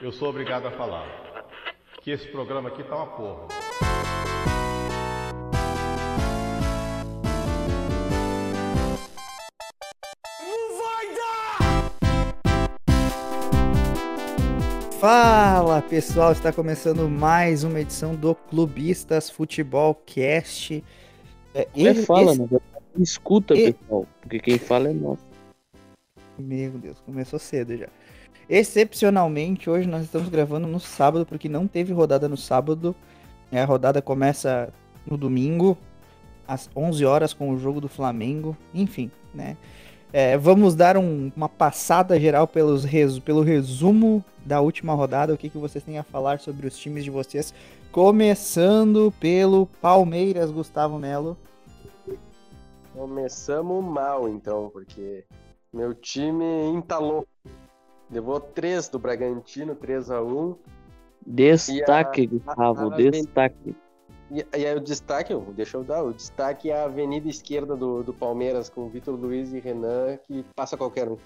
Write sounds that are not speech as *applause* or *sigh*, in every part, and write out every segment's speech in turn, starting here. Eu sou obrigado a falar que esse programa aqui tá uma porra. Fala pessoal, está começando mais uma edição do Clubistas Futebol Cast. É, Não é esse- fala, na verdade, Escuta, e- pessoal. Porque quem fala é nós. Meu Deus, começou cedo já. Excepcionalmente, hoje nós estamos gravando no sábado, porque não teve rodada no sábado. né? A rodada começa no domingo, às 11 horas, com o jogo do Flamengo. Enfim, né? É, vamos dar um- uma passada geral pelos resu- pelo resumo da última rodada, o que, que vocês têm a falar sobre os times de vocês. Começando pelo Palmeiras, Gustavo Melo. Começamos mal, então, porque meu time entalou. Levou 3 do Bragantino, 3x1. Destaque, Gustavo. a- a- destaque. E, e aí o destaque, eu- deixa eu dar, o destaque é a avenida esquerda do, do Palmeiras, com Vitor Luiz e Renan, que passa qualquer um.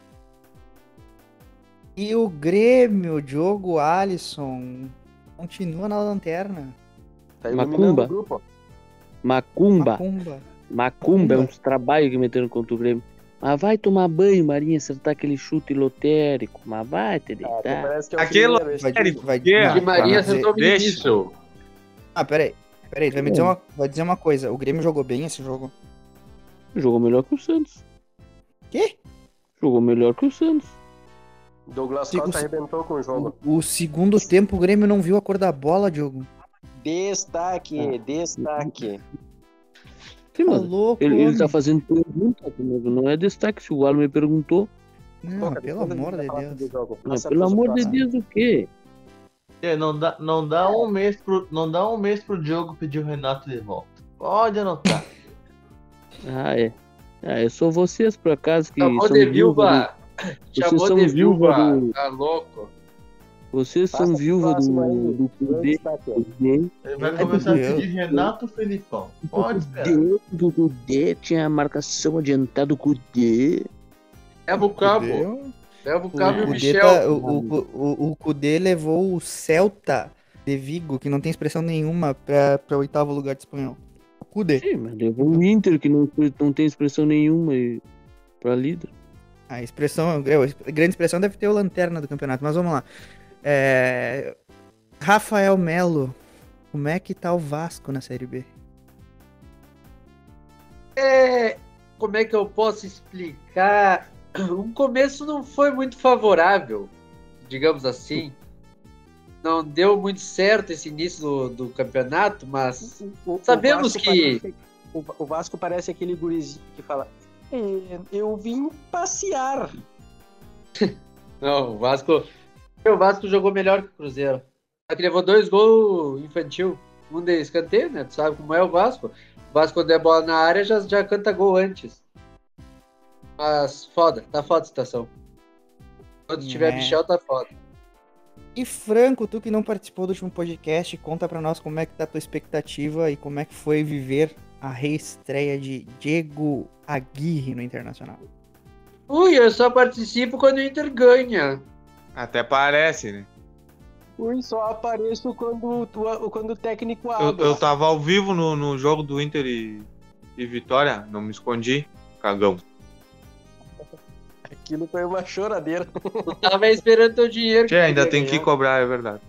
E o Grêmio, Diogo Alisson, continua na lanterna. Tá Macumba. iluminando o grupo. ó. Macumba. Macumba. Macumba é uns trabalhos que meteram contra o Grêmio. Mas vai tomar banho, Marinha, acertar aquele chute lotérico. Mas vai te Ah, até deitar. parece que Tá, é o Aquele- primeiro vestido. vai, quê? não, Que vai dizer- Deixa. Ah, peraí. Peraí, tu vai me dizer uma, vai dizer uma coisa. O Grêmio jogou bem esse jogo? Jogou melhor que o Santos. Quê? Jogou melhor que o Santos. Douglas Sigo- Costa arrebentou com o jogo. O, o segundo tempo o Grêmio não viu a cor da bola, Diogo. Destaque, Ah. destaque. Sim, Tá mano. louco, Ele, ele tá homem. fazendo pergunta comigo. Não é destaque. Se o Galo me perguntou. Não, Pô, Ah, pelo depois a gente amor de fala do Deus. jogo. ah, Passa pelo pros amor de próximos. Deus, o quê? É, não dá, não dá um mês pro, não dá um mês pro Diogo pedir o Renato de volta. Pode anotar. Ah, é. Ah, eu sou vocês, por acaso, Tá que Chamou são de viúva. é um viúva. do- Chamou são um de viúva viúva. do- Tá louco. Vocês Passa são pro viúva próximo do, aí. do poder, Destaque. poder, Ele vai Ai, começar a meu pedir Renato Felipão. *laughs* Pode esperar. do Cudê, tinha a marcação adiantada do Cudê. Leva o cabo. Entendeu? Leva o O, cabo e o Cudê Michel. tá- o, o, o, o Cudê levou o Celta de Vigo, que não tem expressão nenhuma, pra, pra oitavo lugar de espanhol. O Cudê. Sim, mas levou o Inter, que não, não tem expressão nenhuma e, pra líder. A expressão, é, a grande expressão deve ter o lanterna do campeonato, mas vamos lá. É, Rafael Melo, como é que tá o Vasco na Série B? É, como é que eu posso explicar? *clears throat* Um começo não foi muito favorável, digamos assim. Não deu muito certo esse início do, do campeonato, mas O- o Sabemos Vasco que- parece- o, Va- o Vasco parece aquele gurizinho que fala: "É, Eu vim passear. não, o Vasco, o Vasco jogou melhor que o Cruzeiro. Só que levou dois gols infantil, um de escanteio, né? Tu sabe como é o Vasco. O Vasco quando é bola na área já, já canta gol antes. Mas foda, tá foda a situação. Quando tiver É. Michel, tá foda. E Franco, tu que não participou do último podcast, conta pra nós como é que tá a tua expectativa e como é que foi viver a reestreia de Diego Aguirre no Internacional. Ui, eu só participo quando o Inter ganha. Até parece, né? Ui, só apareço quando, o tu- quando o técnico Eu, abre. eu tava ao vivo no, no jogo do Inter e, e Vitória, não me escondi, cagão. Aquilo foi uma choradeira. Tu tava esperando teu dinheiro. Tchê, ainda tu tem que ganhou. cobrar, é verdade.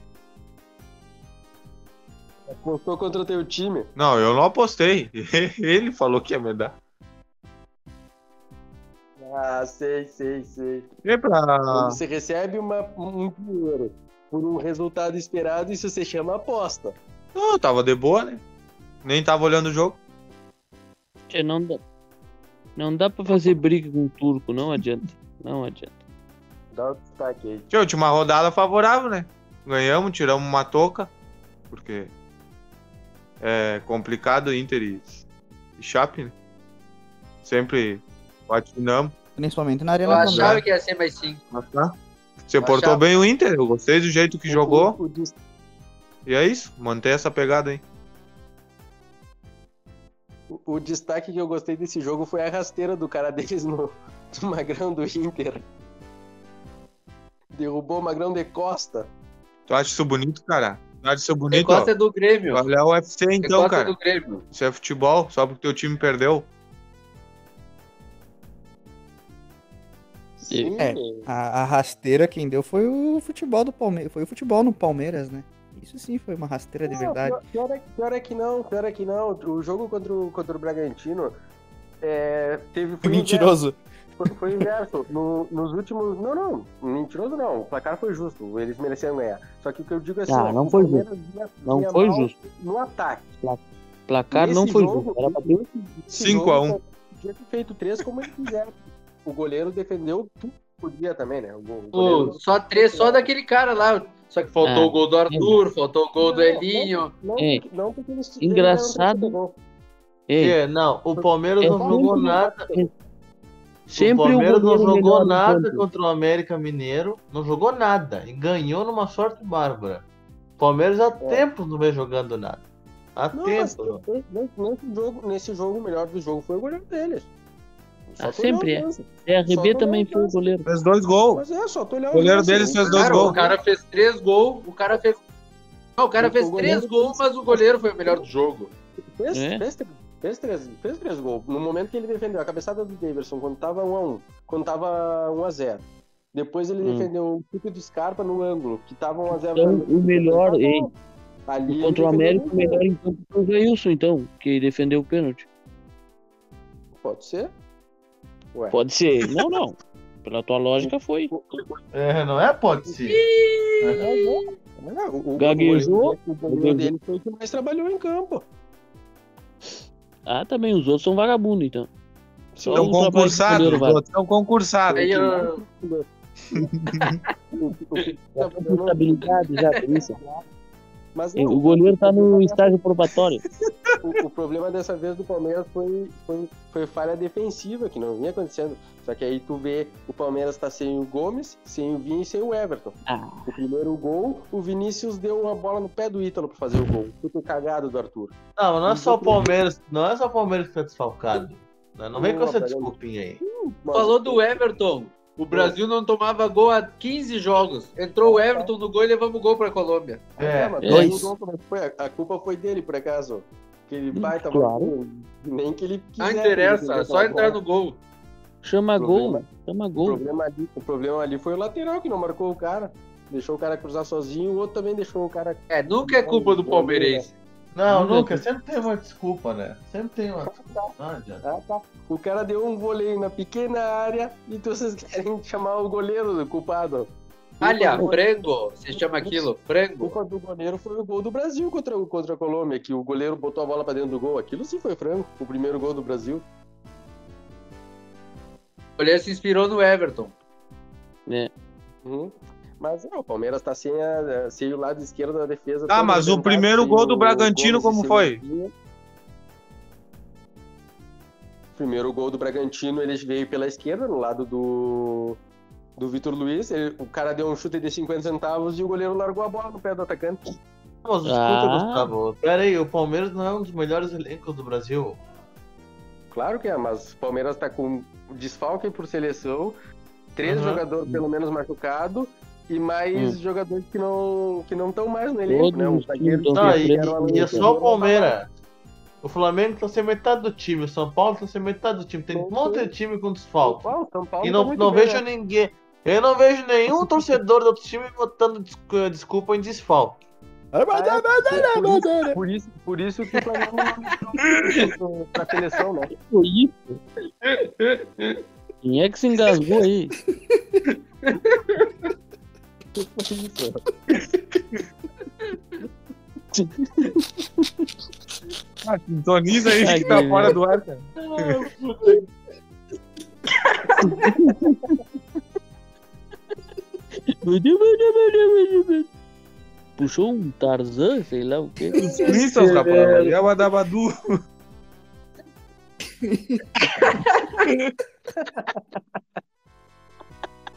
Apostou contra o teu time. Não, eu não apostei. *laughs* Ele falou que ia me dar. Ah, sei, sei, sei. É pra... Ah. Quando Você recebe uma- um dinheiro por um resultado esperado, isso se chama aposta. Não, eu tava de boa, né? Nem tava olhando o jogo. Tchê, É, Não dá, não dá pra fazer briga com o turco, não adianta. Não adianta. Dá o destaque aí. Tchê, eu tinha uma rodada favorável, né? Ganhamos, tiramos uma touca, porque é complicado Inter e, e Chape, né? Sempre patinamos. Principalmente na Eu Arena achava Palmeiras. que ia ser mais cinco. mas tá. Você portou bem o Inter, eu gostei do jeito Uhum. que jogou. O, o des- E é isso, manter essa pegada aí. o- o destaque que eu gostei desse jogo foi a rasteira do cara deles no, no Magrão do Inter. derrubou o Magrão de Costa. Tu acha isso bonito, cara? Tu acha isso De bonito? Costa é ó? do Grêmio. Olha o UFC De então, Costa é cara. do Grêmio. Isso é futebol, só porque teu time perdeu. Sim, É. A, a rasteira quem deu foi o futebol do Palmeiras. Foi o futebol no Palmeiras, né? Isso sim foi uma rasteira de Não, verdade. Pior, pior é, pior é que não, pior é que não. O jogo contra o, contra o Bragantino é, teve. *laughs* Foi o Mentiroso. inverso, Foi, foi o inverso. No- nos últimos. Não, não. Mentiroso não. O placar foi justo. Eles mereceram ganhar. Só que o que eu digo é assim. Ah, ó, não o foi Palmeiras vinha- Não vinha foi mal justo. No ataque. O placar não Nesse foi jogo, justo. Era pra ter- um Esse 5 a 1. jogo, Podia ter feito três como ele quiser. O goleiro defendeu tudo. que Podia também, né? O, go- o Pô, goleiro só três, só daquele cara lá. Só que faltou Ah. o gol do Arthur, faltou o gol do Não, Elinho. não, É. não porque eles eles Engraçado. deram um terceiro gol. Ei, É, não, o Palmeiras É não muito jogou bom. nada. sempre um o Palmeiras o não goleiro jogou melhor em nada campo. contra o América Mineiro. Não jogou nada. E ganhou numa sorte bárbara. O Palmeiras há tempos não vem jogando nada. Há Não, mas tempos. não. nesse, nesse jogo, nesse jogo, o melhor do jogo foi o goleiro deles. Ah, tu sempre olhar o é. lance. CRB Só também não foi o goleiro. Fez dois gols. Mas é, só tu olhar O goleiro lance. deles fez dois Cara, gols. o cara fez três gols, o cara fez. Não, o cara né? O- fez o três goleiro- gols, mas o goleiro foi o melhor do jogo. Fez, É. fez, tre- fez três, fez três gols. No momento que ele defendeu a cabeçada do Davidson, quando tava 1x1, quando tava 1x0. Depois ele Hum. defendeu o chute do Scarpa no ângulo, que tava 1x0. Então, o melhor, ei, Ali contra o ele defendeu América, o melhor em campo foi o Jailson, então, que defendeu o pênalti. Pode ser? Ué. Pode ser. Não, não. Pela tua lógica foi. É, não é? Pode ser. Ah, o- o- Gaguejou. O goleiro dele foi o que mais trabalhou em campo. Ah, também os outros são vagabundos, então. Só São o trabalho que o concursados. goleiro os vale. outros São concursados. Aí eu- O- o- Já tem estabilidade já, por *laughs* isso. Mas não, é, O goleiro tá no estágio probatório. o, o problema dessa vez do Palmeiras foi, foi, foi falha defensiva, que não vinha acontecendo. Só que aí tu vê, o Palmeiras tá sem o Gomes, sem o Vini e sem o Everton. Ah. O primeiro gol, o Vinícius deu uma bola no pé do Ítalo pra fazer o gol. Puta cagado do Arthur. Não, mas não é só o Palmeiras. Não é só o Palmeiras que tá desfalcado. Não não vem com essa Não, desculpinha aí. Mano, Falou do Everton. O Brasil não tomava gol há 15 jogos. Entrou o Everton no gol e levamos gol pra Colômbia. É, mas é dois isso. gols, mas foi- a culpa foi dele, por acaso. Que ele Hum, baita né? claro. Nem que ele Não quisesse, interessa, ele é só aquela entrar bola. no gol. Chama Ah, gol, Problema. mano. Chama O gol. problema, ali, o problema ali foi o lateral que não marcou o cara. Deixou o cara cruzar sozinho, o outro também deixou o cara. É, nunca é culpa do palmeirense. né? Não, Nunca. nunca. Sempre tem uma desculpa, né? Sempre tem uma desculpa. Não adianta. Ah, tá. O cara deu um voleio na pequena área e tu- vocês querem chamar o goleiro do culpado. Olha, Culpa do- frango, você chama aquilo, frango. culpa do goleiro foi o gol do Brasil contra, o- contra a Colômbia, que o goleiro botou a bola pra dentro do gol. Aquilo sim foi franco, o primeiro gol do Brasil. O goleiro se inspirou no Everton. Uhum. Mas é, o Palmeiras tá sem, a- sem o lado esquerdo da defesa. Tá, todo mas o arrebentado, primeiro sem gol do o Gomes e Bragantino, como sem foi? o Vitinho. Primeiro gol do Bragantino, ele veio pela esquerda, no lado do, do Vitor Luiz. Ele- o cara deu um chute de 50 centavos e o goleiro largou a bola no pé do atacante. Mas escuta, Ah. Gustavo. Pera aí, o Palmeiras não é um dos melhores elencos do Brasil. Claro que é, mas o Palmeiras tá com desfalque por seleção, três Aham. jogadores pelo menos machucado e mais Hum. jogadores que não que não estão mais no elenco, Todos né? O os times zagueiro estão Não, e, era um sofrendo. uma e é loucura. só o Palmeiras. O Flamengo tá sem metade do time, o São Paulo tá sem metade do time. Tem um monte de time com São desfalque. Paulo, São Paulo E tá não, muito não bem, vejo né? ninguém. Eu não vejo nenhum torcedor do outro time botando des- desculpa em desfalque. por isso, por isso que o Flamengo não entrou pra seleção, né? Foi isso? *laughs* Quem é que se engasgou aí? Ah, sintoniza aí que tá *laughs* Ai, fora do ar, cara. Puxou um Tarzan, sei lá o que. Os é, Beatles, rapaz. é Yabadabadu.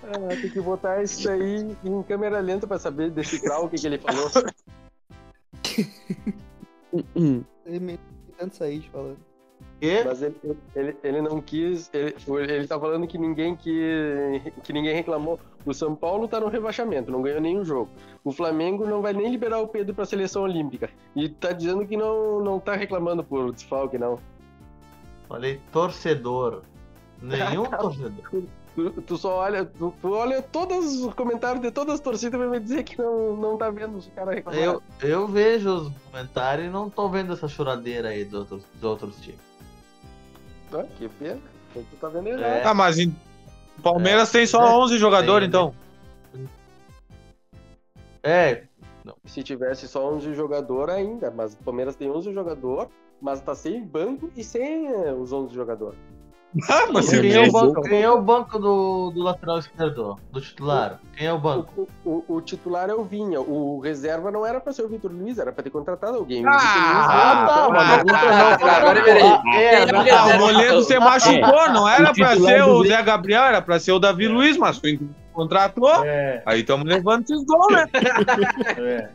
Ah, tem que botar isso aí em câmera lenta pra saber decifrar o que, que ele falou. Ele me tanto sair de falando. quê? Mas ele, ele, ele não quis. Ele, ele tá falando que ninguém que, que ninguém reclamou. O São Paulo tá no rebaixamento, não ganhou nenhum jogo. O Flamengo não vai nem liberar o Pedro pra seleção olímpica. E tá dizendo que não, não tá reclamando por desfalque, não. Falei torcedor. *laughs* Nenhum torcedor. Tu, tu só olha, tu, tu olha todos os comentários de todas as torcidas pra me dizer que não, não tá vendo os caras reclamando. Eu, eu vejo os comentários e não tô vendo essa choradeira aí dos outros, dos outros times. Ah, que pena. Tu tá vendo errado. É. Tá, mas em- o Palmeiras tem só É. 11 jogadores, Tem, então. É, Se tivesse só 11 jogador ainda, mas o Palmeiras tem 11 jogador, mas tá sem banco e sem eh, os 11 jogadores. né? *laughs* Ah, mas um Sim, quem ele é o mesmo. banco, quem é o banco do, do lateral esquerdo? Do titular? Quem é o O, banco? o- o titular é o Vinha, o reserva não era pra ser o Vitor Luiz, era pra ter contratado alguém. O Ah, Vitor Luiz- tá, mas não ah, contratou. agora eu virei. É, Ele não- é Ah, o reserva. goleiro se Ah, machucou, não era O pra titular ser o do Grêmio. É. Zé Gabriel, era pra ser o Davi Luiz, mas foi contratou. É, Aí estamos levando esses gols, né? é.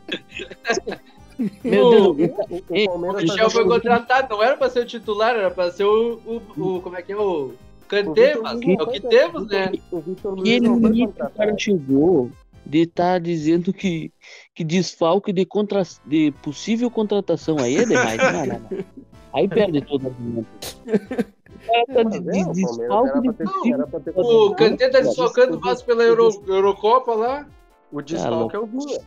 Meu Deus, O- O Palmeiras O É, Michel tá foi jogando- contratado, não era pra ser o titular, era pra ser o. o, o- como é que é? O o Kantê, Vitor mas Luiz é não o que foi- temos, né? O Vitor E Luiz ele não foi bonito, o contratado. cara chegou de estar dizendo que, que desfalque de, contra, de possível contratação aí é demais. não, não, não. Aí perde todo o argumento. O cara tá de, Mas é, o de Palmeiras desfalque era de pra ter- possível. era pra ter O contratado. Kantê tá desfalcando o Vasco pela Euro- Eurocopa lá. O desfalque é o Vinha,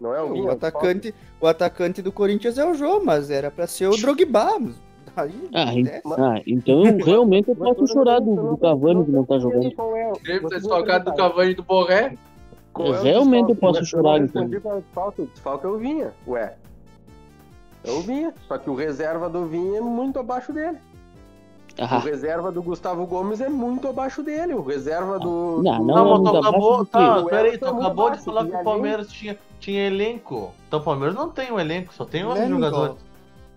não é o Vinha. O é desfalque. atacante, o atacante do Corinthians é o Jô, mas era pra ser o Drogba. mas Aí, Ah, né? Ah, então realmente eu Mas posso tu não- chorar tu do, não- do Cavani que não tá tu não jogando. entende qual é o- Ele tá Vocês desfalcado do perguntaram. Cavani e do Borré. Qual é o realmente eu desfalque? posso chorar, Eu então. respondi para o desfalque, o desfalque é o Vinha. Ué. É o Vinha. Só que o reserva do Vinha é muito abaixo dele. O Ah, reserva do Gustavo Gomes é muito abaixo dele. O reserva do. Não, do- não, Não, não, mas tu não, acabou. abaixo do Tá, quê? peraí, tu Tá muito acabou de abaixo, falar que e o ali- Palmeiras tinha, tinha elenco. Então o Palmeiras não tem um elenco, só tem Né, um Nicola? jogador.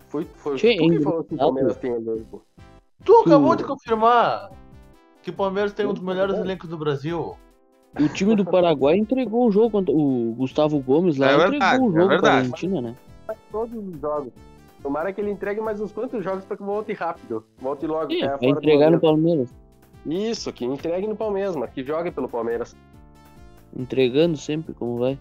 Foi, foi Che, tu que hein, falou que o Gustavo? Palmeiras tem elenco. Tu acabou de confirmar que o Palmeiras tem um dos Sim, melhores verdade. elencos do Brasil. O time do Paraguai entregou o jogo contra o Gustavo Gomes lá, É entregou verdade, o é jogo pra verdade. Argentina, né? Todos os jogos. Tomara que ele entregue mais uns quantos jogos para que volte rápido. Volte logo. É, caia vai fora do entregar no Palmeiras. Palmeiras. Isso, que entregue no Palmeiras, mas que jogue pelo Palmeiras. Entregando sempre, como vai.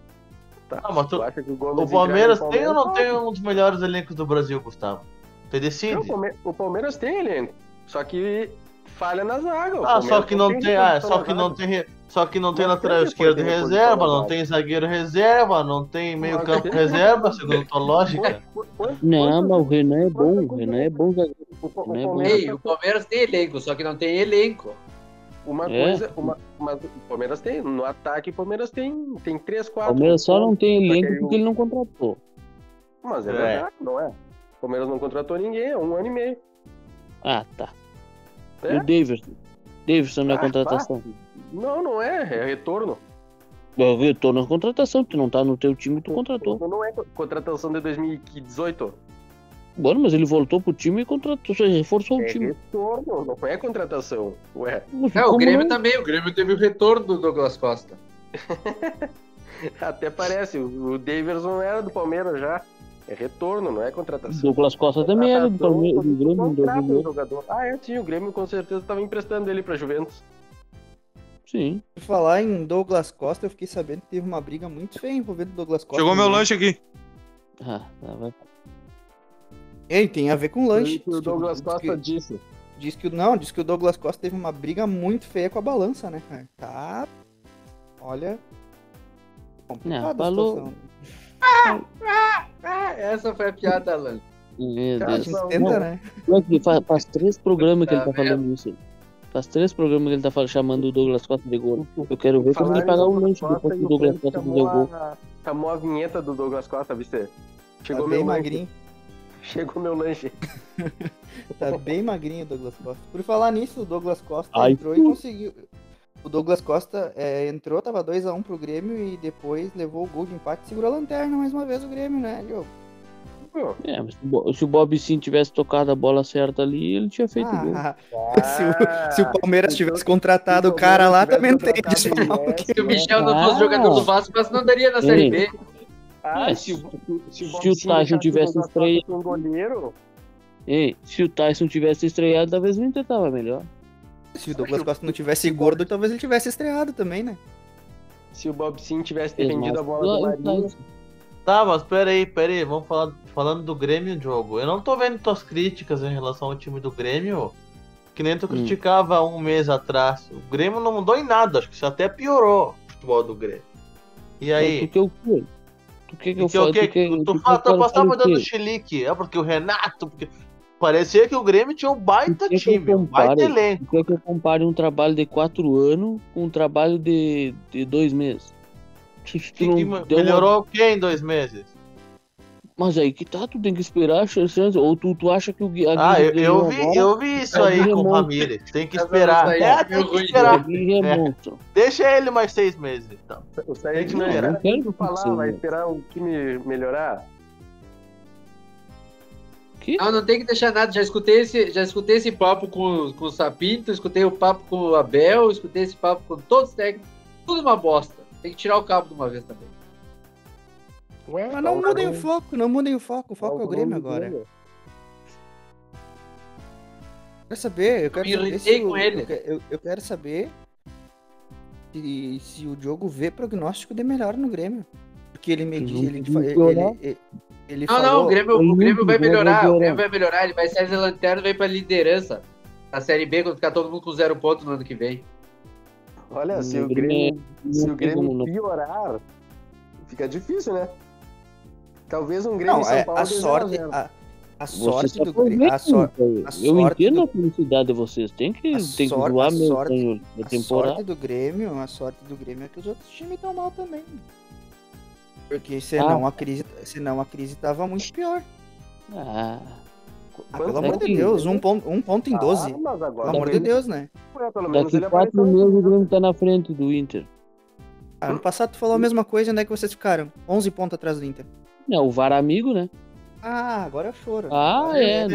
Tá. Ah, mas tu- acha que o Gomes O entrega no Palmeiras tem ou não Palmeiras? tem um dos melhores elencos do Brasil, Gustavo? Tu Não, o, decide. Palme- o Palmeiras tem elenco, só que falha na zaga. o Ah, só Palmeiras que não tem, ah, reposição só na que não zaga. tem, re- só que não tem Não lateral tem esquerdo depois de reserva, reposição, não tem zagueiro reserva, não tem meio Mas campo tem- reserva, segundo tua lógica. Qu- quantos- Não, mas o Renan é bom, o quantos- Renan é bom zagueiro. o, Pa- o não é Palmeiras, Ei, o Palmeiras tem elenco, só que não tem elenco. uma É. coisa, uma, mas o Palmeiras tem, no ataque o Palmeiras tem, tem 3, 4. Palmeiras só não tem elenco aí porque o- ele não contratou. Mas é É. verdade, não é? O Palmeiras não contratou ninguém, é um ano e meio. Ah, tá. É? E o Davidson? Davidson não é Ah, contratação. Não, não é, é retorno. Eu vi, tô na contratação, tu não tá no teu time, tu contratou. Não é co- contratação de 2018. Bora, mas ele voltou pro time e contratou, só reforçou É o time. retorno, não é contratação. Ué, É, o Como Grêmio não? também. O Grêmio teve o retorno do Douglas Costa. até parece, o o Daverson era do Palmeiras já. É retorno, não é tá- contratação. Douglas Costa também era do Contratou, Palmeiras, do Grêmio, do contrata o Grêmio. jogador. Ah, é sim, o Grêmio com certeza tava emprestando ele pra Juventus. Sim. Por falar em Douglas Costa, eu fiquei sabendo que teve uma briga muito feia envolvendo o Douglas Costa. Chegou meu né? lanche aqui. Ah, tá, vai. Ei, tem a ver com lanche. O Diz Douglas que- Costa disse. Diz que não, diz que o Douglas Costa teve uma briga muito feia com a balança, né, cara? Tá. Olha. complicada a É, falou- situação, né? Ah, essa foi a piada, Alan. Meu Cara, A Deus. gente Não, tenta, não. né? Olha aqui, fa- Faz três programas que ele tá Tá vendo? falando isso. Faz três programas que ele tá fal- chamando o Douglas Costa de gol. Eu quero ver como ele pagar o lanche depois que o Douglas Costa fizer o gol. chamou, a, chamou a vinheta do Douglas Costa, viste? Chegou Tá meu bem lanche. magrinho. Chegou meu *laughs* lanche. Tá bem magrinho o Douglas Costa. Por falar nisso, o Douglas Costa Ai, entrou e tu. conseguiu. O Douglas Costa é, entrou, tava 2x1 pro Grêmio e depois levou o gol de empate e segurou a lanterna mais uma vez o Grêmio, né, Diogo? Pô, É, mas se o Bo- se o Bob Sim tivesse tocado a bola certa ali, ele tinha feito o gol. Ah, *laughs* se, o, Ah, se o Palmeiras então, tivesse contratado o se o cara lá, também Palmeiras tem. tivesse contratado o Se o né? Michel não Ah. fosse jogador do Vasco, mas não daria na Série Ei. B. Ah, É, se, se- o- se, se Bob o Simas Tajo acha que Douglas tivesse Costa estreia- foi um goleiro, Ei, se o Tyson tivesse estreado, talvez o Inter tava melhor. Se o Douglas Costa não tivesse gordo, talvez ele tivesse estreado também, né? Se o Bob Sim tivesse Fez defendido a mais. bola do Lá, Marinho, Tyson. Tá, mas peraí, peraí, vamos falar falando do Grêmio, Diogo. Eu não tô vendo tuas críticas em relação ao time do Grêmio, que nem tu criticava um mês atrás. O Grêmio não mudou em nada, acho que isso até piorou o futebol do Grêmio. E Mas aí? Tu quer o quê? Tu quer que eu Que é o fale? quê? quer- Tu quer fala, que eu tu passava fale o mudando quê? o Chilique. É porque o Renato. Porque... Parecia que o Grêmio tinha um baita Tu quer que eu time, um baita compare? elenco. Tu quer que eu compare um trabalho de quatro anos com um trabalho de, de dois meses? Se tu Que, não que der uma- melhorou o quê em dois meses? Mas aí que tá, tu tem que esperar a chance. né? Ou tu, tu acha que o Gui- a Ah, Guilherme eu, ganhou eu vi, Tá agora? eu vi isso Tá aí com o remonta. Ramirez. Tem que esperar. Tá vendo isso aí? É, tem Meu que ruim, A esperar. Guilherme É. remonta. Deixa ele mais seis meses, então. o Said Não, não não era. quero Tu falar, isso, vai né? esperar o time melhorar? Que? Ah, Não, não tem que deixar nada. Já escutei esse, já escutei esse papo com, com o Sapinto, escutei o papo com o Abel, escutei esse papo com todos os técnicos. Tudo uma bosta. Tem que tirar o cabo de uma vez também. Ué, Mas não mudem o foco, não mudem o foco. O foco é o Grêmio agora. Quero saber, eu quero Me saber irritei se com o- ele. Eu, que- eu- eu quero saber se, se o Diogo vê prognóstico de melhor no Grêmio. Porque ele me Que disse, ele, não né? ele, melhorar. ele- ele Não, falou- um não, o Grêmio, o Muito Grêmio vai bom, melhorar. melhorar. O Grêmio vai melhorar. Ele vai sair da lanterna e vai pra liderança. Na Série B, quando ficar todo mundo com zero ponto no ano que vem. Olha, se Não, o Grêmio Grêmio, não se tem o Grêmio como não. piorar, fica difícil, né? Talvez um Grêmio Não, e São é, Paulo a dê sorte, 0 a 0. a, a Vocês sorte só do Grêmio, aproveitam, a, sor- cara. a Eu sorte entendo do- a felicidade de vocês. Tem que, A tem que sorte- doar a meu sorte- sonho da a temporada. sorte do Grêmio, a sorte do Grêmio é que os outros times estão mal também. Porque senão a crise, senão a crise tava muito pior. Ah, Ah, Quanto pelo é amor de que- Deus, um ponto, um ponto em 12. Ah, mas agora, Pelo amor de Deus, né? é, pelo menos ele daqui quatro apareceu. meses o Grêmio tá na frente do Inter. Ah, ano passado tu falou a mesma coisa, onde é que vocês ficaram? 11 pontos atrás do Inter. É, o VAR amigo, né? Ah, agora eu choro. Ah, é.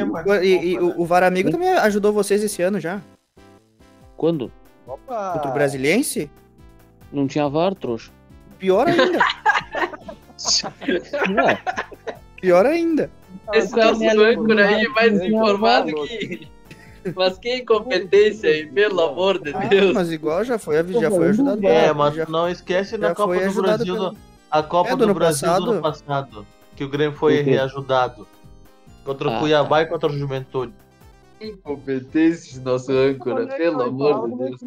E, e o, o VAR Amigo Sim. também ajudou vocês esse ano já? Quando? Ah, Opa! Ah. Contra o é, Brasiliense? Não tinha VAR, trouxa. Pior ainda. Ué, pior ainda. Esse é o Canela âncora aí informado, mais né? informado que. Mas que incompetência aí, pelo amor de Ah, Deus. mas igual já foi, avi- já Porra, foi não ajudado. É, já- mas né? já- não esquece na já Copa foi do ajudado Brasil. pelo- do- A Copa É, do do, ano Brasil do ano passado. Que o Grêmio foi Por quê? reajudado. Contra o Ah, Cuiabá e contra o Juventude. Que incompetência esse nosso âncora, pelo amor né? de Deus.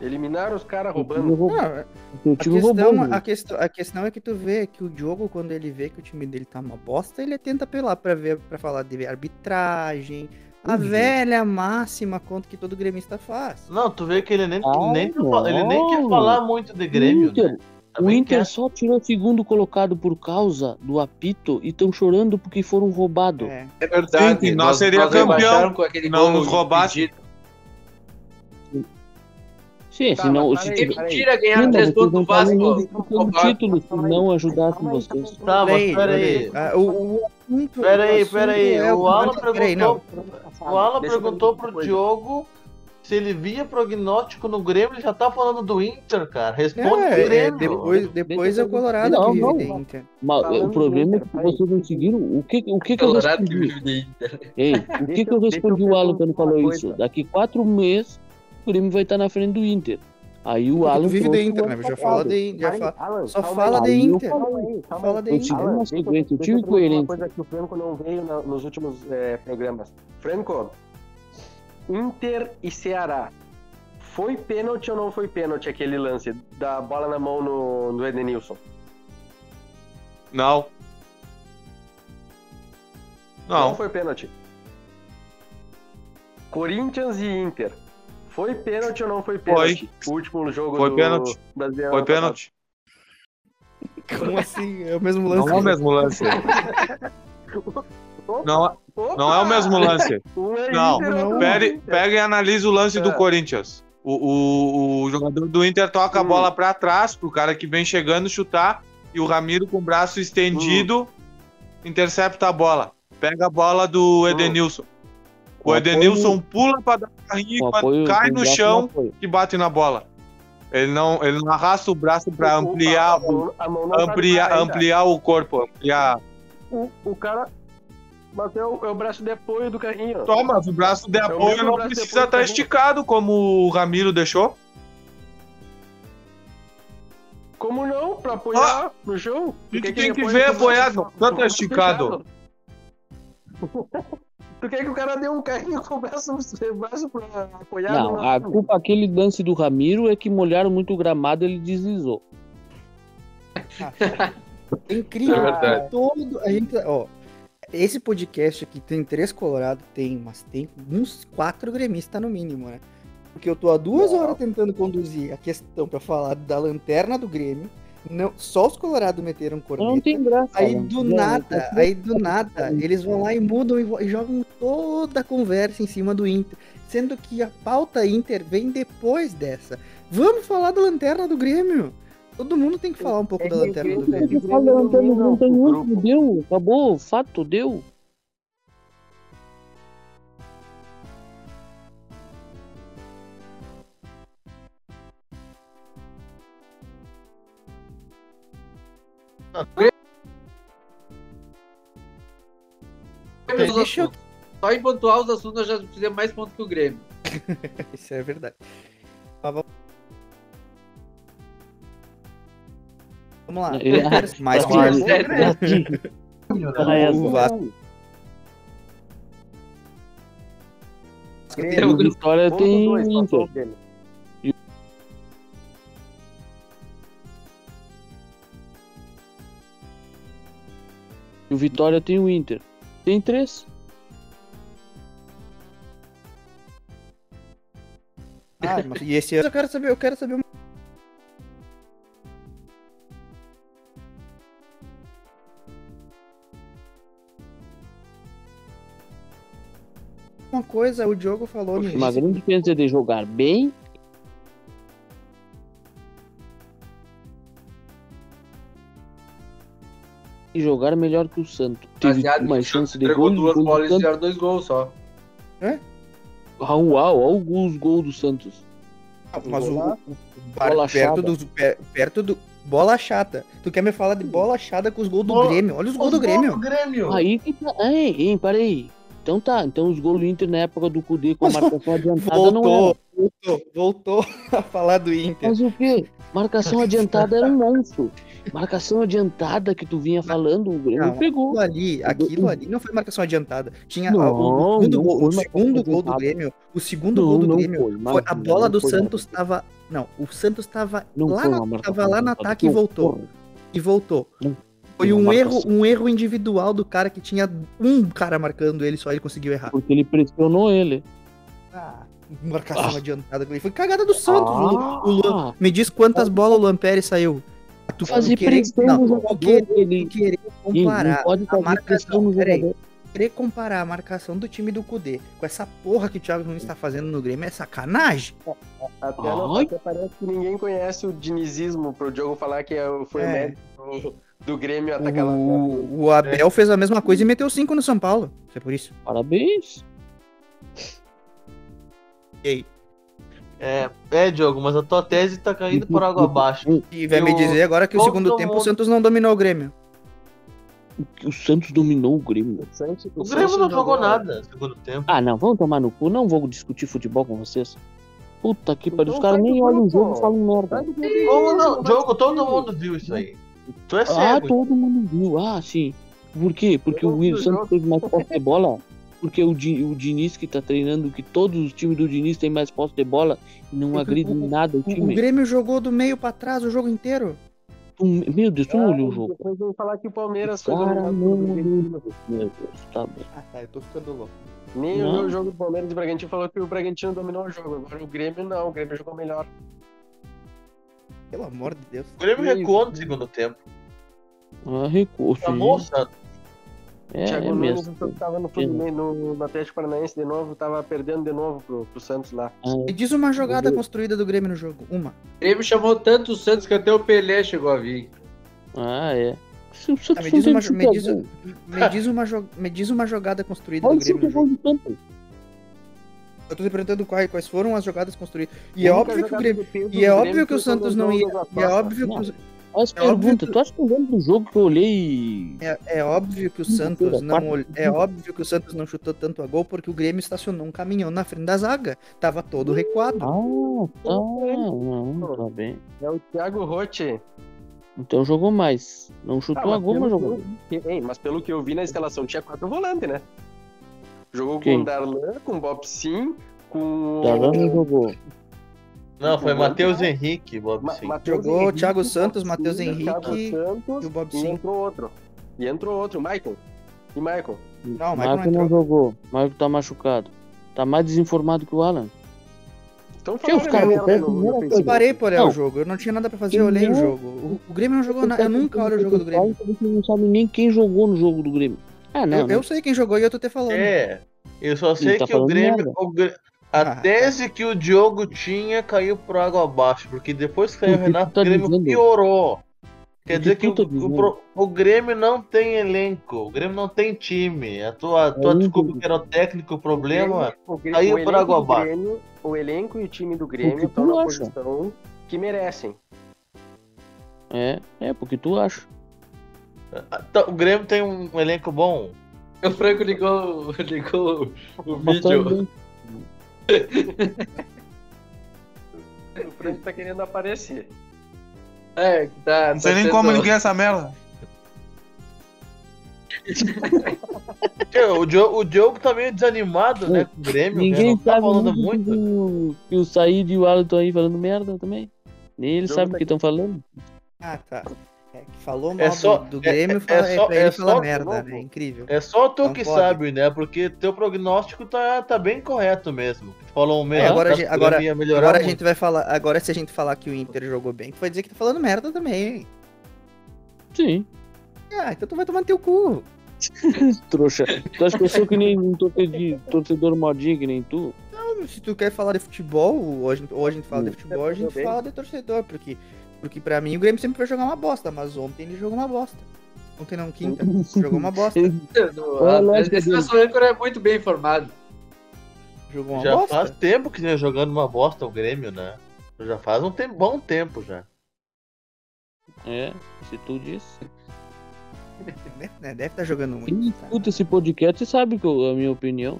Eliminaram os caras o roubando. time roubou. Não, O a, time questão, roubou. meu. a, questão, a questão é que tu vê que o Diogo, quando ele vê que o time dele tá uma bosta, ele tenta apelar pra ver para falar de arbitragem, a Uhum. velha máxima conta que todo gremista faz. Não, tu vê que ele nem, Ah, nem tá fal- ele nem não. quer falar muito de Grêmio. Inter. né? O Também Inter quer. só tirou segundo colocado por causa do apito e estão chorando porque foram roubados. É. É verdade, Sim, nós nós- seria nós campeão. rebaixaram Com aquele Não gol nos roubasse. Sim, Tá, se não. mas Se peraí, tiver- peraí. É Mentira, ganharam Sim, mas 10 vocês pontos não do falam nem Vasco. de como título se não ajudassem vocês. Tá, mas Peraí, peraí. Ah, o, o assunto. Peraí, o assunto peraí, é o Alan Peraí, não. O Alan Deixa eu perguntou perguntar uma pro coisa. Diogo se ele via prognóstico no Grêmio, ele já tá falando do Inter, cara. Responde É, pro é, Grêmio. depois, depois é o Colorado Não, que vive né? não. de Inter. Mas Falando o problema é do que um Inter, vocês não seguiram. O que, o que, que eu Colorado que vive respondi? de Inter. Ei, o que, que Deixa eu eu- respondi deixa o eu Alan quando perguntar uma falou coisa. isso? Daqui quatro meses o Grêmio vai estar na frente do Inter. Aí o Alan. É tá Tu vive de trouxe o Inter, ano né? Já passado. fala de Inter. Alan, Alan, Só calma fala aí. de Aí eu Inter. Calma aí, calma Fala aí. de Eu Inter. tive Alan, uma deixa eu- sequência, eu deixa eu tive perguntar uma coerência. coisa que o Franco não veio na- nos últimos é, programas. Franco, Inter e Ceará. Foi pênalti ou não foi pênalti aquele lance da bola na mão no, do Edenilson? Não. Não, foi pênalti. Corinthians e Inter. Foi pênalti ou não foi pênalti? O último jogo Foi do pênalti. Brasileiro foi ano passado. pênalti. Como assim? É o mesmo lance. Não é o mesmo lance. Não, Opa! não é o mesmo lance. Um é Não, Inter, outro é Pere- Inter. pega e analisa o lance do É. Corinthians. O, o- o jogador do Inter toca a Hum. bola pra trás pro cara que vem chegando chutar e o Ramiro com o braço estendido Hum. intercepta a bola. Pega a bola do Edenilson. Com O apoio- Edenilson pula pra dar um carrinho e com quando apoio- cai com no braço chão apoio. e bate na bola. Ele não, ele não arrasta o braço pra O- o- ampliar, a mão- a mão não tá no ampliar, cara ainda. ampliar o corpo, ampliar O, o cara. Mas é o, é o braço de apoio do carrinho. Só, mas o braço de apoio mesmo não Então, braço de precisa apoio tá estar que a gente- esticado como o Ramiro deixou. Como não? Pra apoiar no chão? Tu E tu quer Ah! tem ele que apoie ver com o braço- apoiado, não com o tá braço esticado. *laughs* fechado? tu quer que o cara dê um carrinho com o braço, *laughs* o braço pra apoiar? Não, a culpa aquele lance do Ramiro é que molharam muito o gramado ele deslizou. É incrível. É verdade. Todo, a gente, ó, esse podcast aqui tem três colorados, tem, mas tem uns quatro gremistas no mínimo, né? Porque eu tô há duas horas tentando conduzir a questão pra falar da lanterna do Grêmio. Não, só os colorados meteram corneta. Não tem graça. Aí né? do Não, nada, tá- aí do nada, eles vão lá e mudam e vo- e jogam toda a conversa em cima do Inter. Sendo que a pauta Inter vem depois dessa. Vamos falar da lanterna do Grêmio. Todo mundo tem que falar um pouco da lanterna do Grêmio. Você fala, tá não tem- não tem outro, deu, acabou, fato, deu. Deixa eu- Só em pontuar os assuntos, nós já fizemos mais pontos que o Grêmio. Isso é verdade. Mas vamos- Vamos lá. Ele- Mais que Olha, isso. é, é assim. Essa- O Vasco Tem o Vitória tem Inter. E o Vitória tem o Inter. Tem três. Ah, mas e esse ano eu quero saber, eu quero saber um uma uma coisa, o Diogo falou no Uma grande diferença de jogar bem e jogar melhor que o Santo. Teve Baseado uma no chance de Entregou gol. duas gol do bolas e Santos. fizeram dois gols só. Raul, uau, olha os gols do Santos. mas o, o Bola perto chata. do perto do bola chata. Tu quer me falar de bola chata com os gols do Bola- Grêmio? Olha os gols do Grêmio. Grêmio. Aí que tá. Ei, hein, peraí. Então tá, então os gols do Inter na época do Cudê com a Mas *laughs* marcação adiantada não é. era. Voltou, voltou, voltou *laughs* a falar do Inter. Mas o quê? Marcação adiantada era um monstro. Marcação adiantada que tu vinha falando, o Grêmio Não, pegou. aquilo ali, aquilo ali não foi marcação adiantada. Tinha Não, a- o, segundo, não gol, foi o segundo marcação gol do adiantada. Grêmio, o segundo Não, gol do não Grêmio foi, foi a Marcos, bola não do foi Santos tava, não, o Santos tava Não lá, foi na- uma marcação tava lá no adiantada. ataque e Não, voltou, porra. e voltou. Não, Foi uma um erro, marcação. um erro individual do cara que tinha um cara marcando ele, só ele conseguiu errar. Porque ele pressionou ele. Ah, marcação adiantada que ele foi cagada do Santos. o- Ah, o Lu- me diz quantas bolas o Lampere saiu. Ah, Tu fazer querer- pressão não, no tu jogador. querer- Ele, tu querer Sim, comparar não pode a fazer pressão marcação, no peraí, jogador. querer comparar a marcação do time do Cudê com essa porra que o Thiago Nunes tá fazendo no Grêmio é sacanagem. Até, não, Ai. até parece que ninguém conhece o dinizismo pro Diogo falar que é o- foi É. o mérito do- do Grêmio tá atacar lá. O, o Abel fez a mesma coisa e meteu 5 no São Paulo. Isso é por isso. Parabéns. É, é, Diogo, mas a tua tese tá caindo por água abaixo. E vai E me o- dizer agora que o todo segundo tempo o mundo- Santos não dominou o Grêmio. O Santos dominou o Grêmio. Santos- O Santos Grêmio não jogou nada. nada no segundo tempo. Ah, não, vamos tomar no cu. Não vou discutir futebol com vocês. Puta que pariu. Os Então caras sai nem do olham o grupo. jogo e falam merda. Como não? Diogo, todo mundo viu isso aí. Tu é Ah, cego. todo mundo viu. Ah, sim. Por quê? Porque Eu o não Will vi o Santos jogo. teve mais posse de bola? Porque o, Di- o Diniz que tá treinando, que todos os times do Diniz têm mais posse de bola e não Porque agride o- em nada O- o O time. Grêmio jogou do meio pra trás o jogo inteiro. Tu- meu Deus, tu Ah, não olhou o jogo. Depois vão falar que o Palmeiras foi Cara, dominado pelo não, Bragantino. Tá meu Deus, tá bom. Ah, tá, eu tô ficando louco. Nem Não. o jogo do Palmeiras e Bragantino falou que o Bragantino dominou o jogo. Agora o Grêmio não, o Grêmio jogou melhor. Pelo amor de Deus. O Grêmio recuou no segundo tempo. Ah, recurso. Tá A moça É, Thiago é Nunes mesmo. então, tava no, Fluminense, no, no Atlético Paranaense de novo, tava perdendo de novo pro, pro Santos lá. Ah. Me diz uma jogada construída do Grêmio no jogo. Uma. O Grêmio chamou tanto o Santos que até o Pelé chegou a vir. *laughs* Ah, é. Se o Ah, Santos me, diz não uma, tem me, diz, um- jogador, me diz uma jo- me diz uma jogada construída olha do o Grêmio. Santos no jogo. do Santos. Eu tô te perguntando quais, quais foram as jogadas construídas. E A é única óbvio que o jogada Grêmio. do Pedro E é do óbvio Grêmio que o foi quando Santos entrou não o ia. Douglas E é Costa. óbvio que o- Olha as É óbvio perguntas. que- Tu acha que eu lembro do jogo que eu olhei É, é óbvio que o Santos não ol- é óbvio que o Santos não chutou tanto a gol porque o Grêmio estacionou um caminhão na frente da zaga. Tava todo recuado. Ah, tá. Não, tá bem. É o Thiago Rotti. Então jogou mais. Não chutou Ah, a mas gol, mas pelo jogou. que- Ei, mas pelo que eu vi na escalação, tinha quatro volantes, né? Jogou com Quem? o Darlan, com o Bob Sim, com Darlan Tá, não jogou. Não, foi Matheus Henrique, Bob Ma- Sim. Matheus Jogou o Henrique, Thiago Bob Santos, Sim, Matheus Thiago Henrique Santos, E o Bob e Sim. entrou outro. E entrou outro, Michael. E Michael. Não, o Michael não Marco não entrou. jogou. Marco tá machucado. Tá mais desinformado que o Alan. Então Tinha os caras merda no- que pegam, no né? Facebook. Eu parei pra olhar Não. o jogo. Eu não tinha nada pra fazer, eu olhei o Não. jogo. O, o Grêmio não jogou nada. Eu nunca olho o jogo do Grêmio. Você não sabe nem quem jogou no jogo do Grêmio. Ah, não. Eu, né? eu sei quem jogou e eu tô até falando. É. Eu só sei Ele tá que o falando Grêmio, merda. o Grê- *laughs* A Ah. tese que o Diogo tinha caiu por água abaixo, porque depois que saiu o Porque tu Renato, tá o Grêmio dizendo. piorou. Quer Porque dizer que tu o, tá o dizendo. pro- o Grêmio não tem elenco, o Grêmio não tem time. A tua, a tua Aí, desculpa Dudu. que era o técnico o problema. O Grêmio- Aí o o elenco Braga do abaixo. Grêmio- O elenco e o time do O Grêmio que estão tu na acha? posição que merecem. É, é, porque tu acha. Tá, O Grêmio tem um elenco bom. O Franco ligou, ligou o Mas tá vídeo. bem. O Franco tá querendo aparecer. É, que tá. Não sei tá nem sendo- como ele quer essa merda. Tio, O Diogo, o Diogo tá meio desanimado, né? Com o Grêmio. Ninguém né? não tá sabe falando nem muito. que o- que o Said e o Alan estão aí falando merda também. Nem eles Jogo sabem tá o que estão falando. Ah, tá. É que falou mal É só- do, do Grêmio, é- fala- é, é só- pra ele é falar só- merda, novo. né? Incrível. É só tu Não que pode. sabe, né? Porque teu prognóstico tá, tá bem correto mesmo. Tu falou um mês É, agora a atrás gente- que o Grêmio agora- ia melhorar Agora a muito. gente vai falar. Agora, se a gente falar que o Inter jogou bem, tu vai dizer que tá falando merda também, hein? Sim, Ah, então tu vai tomar no teu cu. trouxa. Tu acha que eu sou que nem um torcedor, torcedor modinho que nem tu? Se tu quer falar de futebol, ou a gente, ou a gente Hum, fala de futebol, ou é, a gente Tudo bem. fala de torcedor, porque, porque pra mim o Grêmio sempre vai jogar uma bosta, mas ontem ele jogou uma bosta. Ontem não, *laughs* quinta, jogou uma bosta. *laughs* No- Olha, a- lógico Esse que- nosso âncora é muito bem informado. Jogou é uma Já bosta. faz tempo que vem jogando uma bosta o Grêmio, né? Já faz um tem- bom tempo já. É, se tu disse. É Né? Deve estar jogando Quem muito. tá? escuta esse podcast sabe que eu- a minha opinião.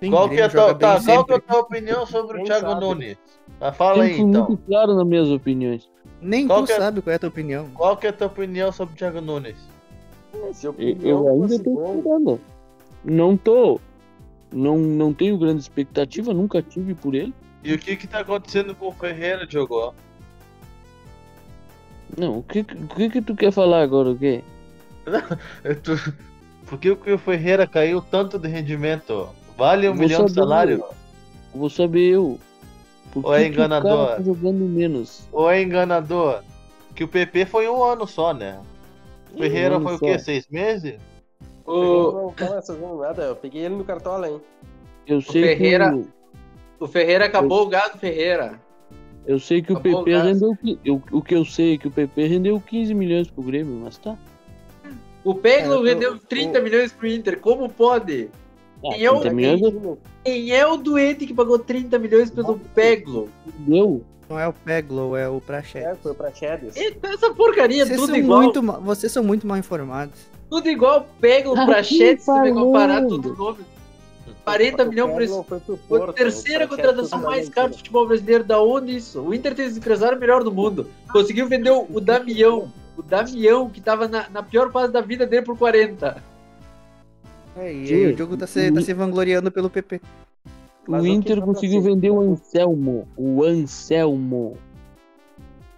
Sim, Qual o que é a Grêmio joga tua, tá, bem qual que é a sempre. *laughs* tua opinião sobre o Quem Thiago sabe? Nunes? Ah, fala aí Sempre fui então. muito claro nas minhas opiniões. Nem Qual tu que é- sabe qual é a tua opinião. Qual que é a tua opinião sobre o Thiago Nunes? Se eu, Então Eu, eu ainda tô esperando. Não tô. Não, não tenho grande expectativa, nunca tive por ele. E o que que tá acontecendo com o Ferreira, Diogo? *laughs* Não, o que, o que que tu quer falar agora, o quê? Eu tô- Por que que o Ferreira caiu tanto de rendimento? Vale um Vou milhão de saber. salário? Vou saber eu. Por Ou é que que o cara enganador? tá jogando menos. Ou é enganador? Que o PP foi um ano só, né? O Ferreira ano foi o só. quê? Seis meses? O, Não fala essas nada, eu peguei ele no cartola, hein? Eu sei Ferreira- que o, o Ferreira acabou o gado Ferreira. eu sei que o Acabou o PP gás. rendeu qui- eu- o que eu sei é que o PP rendeu 15 milhões pro Grêmio, mas tá. O Peglo Cara, eu- vendeu 30 milhões pro Inter. Como pode? Ah, E eu- 30 milhões eu- Quem é o doente que pagou 30 milhões pelo Peglo? deu. Não é o Peglow, é o Praxé. É, foi pra Chedes. E Essa porcaria, Vocês tudo são, igual. muito, ma- vocês são muito mal informados. Tudo igual. Peglo Tá pra aqui Chet, se vai falando. comparar tudo nome. 40 milhões é por isso. Foi pro Foi Porto, a terceira o Praxedes contratação foi pra mais Juventus. cara do futebol brasileiro. Da onde isso? O Inter tem o empresário melhor do mundo. Conseguiu vender o o Damião. O Damião, que tava na, na pior fase da vida dele por 40. É, e Sim. aí o Diogo tá se, tá E- se vangloriando pelo PP. Mas o o que Inter tá pra conseguiu ser? vender o Anselmo. O Anselmo.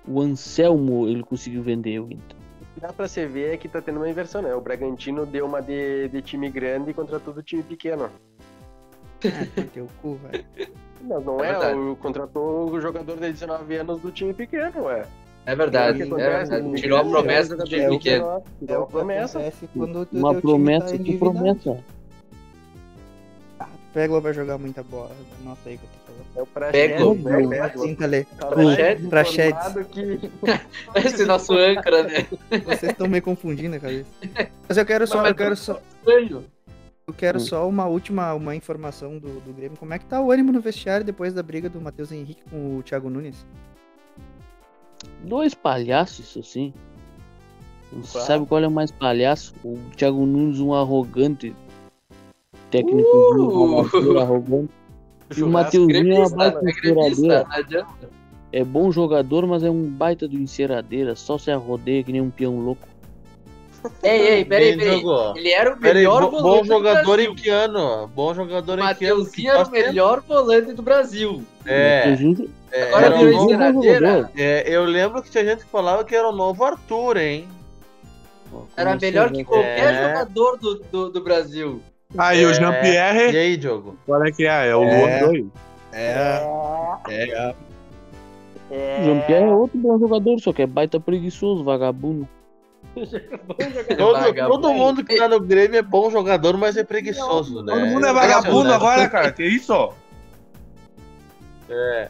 O Anselmo ele conseguiu vender o Inter. Dá pra você ver é que tá tendo uma inversão, né? O Bragantino deu uma de, de time grande e contratou do time pequeno. Ah, pô, teu cu, É velho. Mas não É é, verdade. o, contratou o jogador de 19 anos do time pequeno, ué. É É o que é acontece, verdade. o Tirou a Inter- promessa do É time o que- pequeno. Tirou a promessa. Acontece Quando o Uma teu time promessa, tá que endividado. promessa. Ah, o Peglow vai jogar muita bola. Anota aí que eu tô falando. É o Pega Praxedes, o né? Bruno. Pega o- Sim, Tele. Tá Praxedes. mais Praxedes. informado que- Esse nosso âncora, né? Vocês estão me confundindo a cabeça. Mas eu quero só, Mas- eu quero só, Estranho. eu quero Hum. só uma última uma informação do, do Grêmio. Como é que tá o ânimo no vestiário depois da briga do Matheus Henrique com o Thiago Nunes? Dois palhaços, isso sim. Não se sabe qual é o mais palhaço? O Thiago Nunes, um arrogante. Técnico de um *laughs* amador arrogante. E o Mateuzinho é uma Uh! Gremista, baita né? Gremista, enceradeira. não adianta. É bom jogador, mas é um baita do enceradeira. Só se arrodeia que nem um peão louco. Ei, ei, peraí, Bem, peraí. jogou. Ele era o Peraí, melhor bo- volante bom do jogador Brasil. em que ano? Bom jogador em que ano? Mateuzinho era o melhor volante do Brasil. É, Mateuzinho- é, Agora era Mateuzinho um virou novo- é um bom enceradeira. jogador. é, eu lembro que tinha gente que falava que era o novo Arthur, hein? Ó, Era começou melhor bem. que qualquer É. jogador do, do, do Brasil. Ah, e É. o Jean-Pierre, E aí, *laughs* Diogo? qual é que é? É o É. Luan 2. É. É. O Jean-Pierre é outro bom jogador, só que é baita preguiçoso, vagabundo. Todo, Vagabundo. todo mundo que tá no Grêmio é bom jogador, mas é preguiçoso, né? Todo mundo é vagabundo agora, cara. Que isso? É.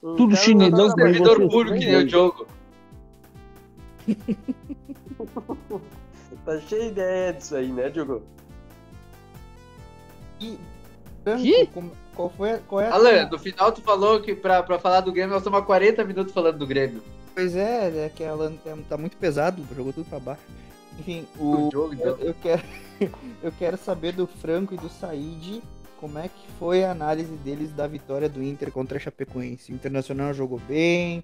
Tudo chinelão, O servidor público que deu o mas jogo. Tá cheio de ideia disso aí, né, Diogo? E, Branco, Que? como- Qual foi a- qual é a Alan, no final tu falou que pra, pra falar do Grêmio nós estamos há 40 minutos falando do Grêmio. Pois é, é que a Alan é- tá muito pesado, jogou tudo pra baixo. Enfim, o, O jogo, eu, então. eu quero, *laughs* eu quero saber do Franco e do Said como é que foi a análise deles da vitória do Inter contra a Chapecoense. O Internacional jogou bem,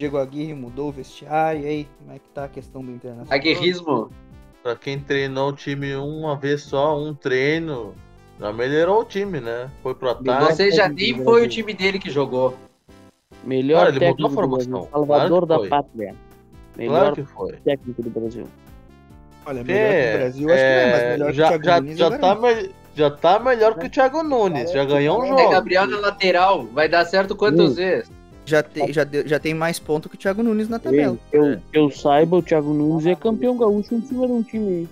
Diego Aguirre mudou o vestiário, e aí, como é que tá a questão do Internacional? Aguerrismo. Pra quem treinou o time uma vez só, um treino, já melhorou o time, né? Foi pro ataque. Você já nem foi Ah, é o time dele que jogou. Melhor Cara, ele mudou técnico a do formação. Brasil, Claro salvador que da foi. pátria. Claro Melhor que foi. técnico do Brasil. Olha, É, melhor que o Brasil, acho que não é, mas melhor já, que o Thiago já, Nunes já agora é tá não. mel- já tá melhor que o Thiago Nunes, já ganhou um É jogo. Gabriel na lateral. Vai dar certo quantas Hum. vezes? já, tem, já, deu- já tem mais ponto que o Thiago Nunes na tabela. Que eu, que eu saiba, o Thiago Nunes é campeão gaúcho em cima de um time.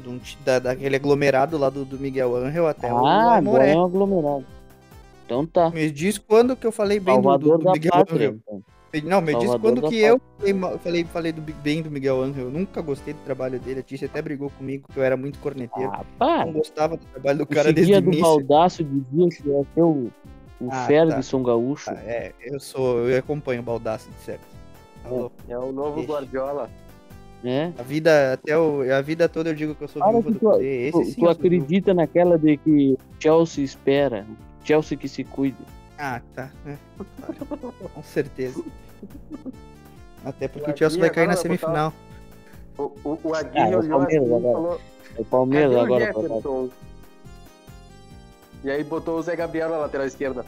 De um ti- da- daquele aglomerado lá do, do Miguel Angel até o Ah, agora Aimoré. é um aglomerado. Então tá. Me diz quando que eu falei bem do- Salvador do, do da Miguel pátria. Angel. então. Me- Não, me diz Salvador quando da que eu falei, mal- falei, falei do, bem do Miguel Angel. Eu nunca gostei do trabalho dele. A Tícia até brigou comigo que eu era muito corneteiro. Ah, não para. gostava do trabalho do O cara é desde o dia do início. Baldaço dizia que ia ser o, o Ah, Ferguson gaúcho. Ah, é, eu sou, eu acompanho o Baldassi, de certo. Tá louco. É o novo Ixi. Guardiola. né? A vida, até o, a vida toda eu digo que eu sou Para viúva que do tu- é- poder. Esse sim, Tu, tu eu sou viúva. acredita naquela de que Chelsea espera, Chelsea que se cuide. Ah, tá. É, claro. Com *laughs* certeza. Até porque O o Chelsea vai cair Aguirre na agora vai semifinal. botar- O, o, o Aguirre Ah, olhou é o assim Palmeiras e agora. falou: É o Palmeiras Cadê o agora. tá- pra baixo. Jefferson? E aí botou o Zé Gabriel na lateral esquerda.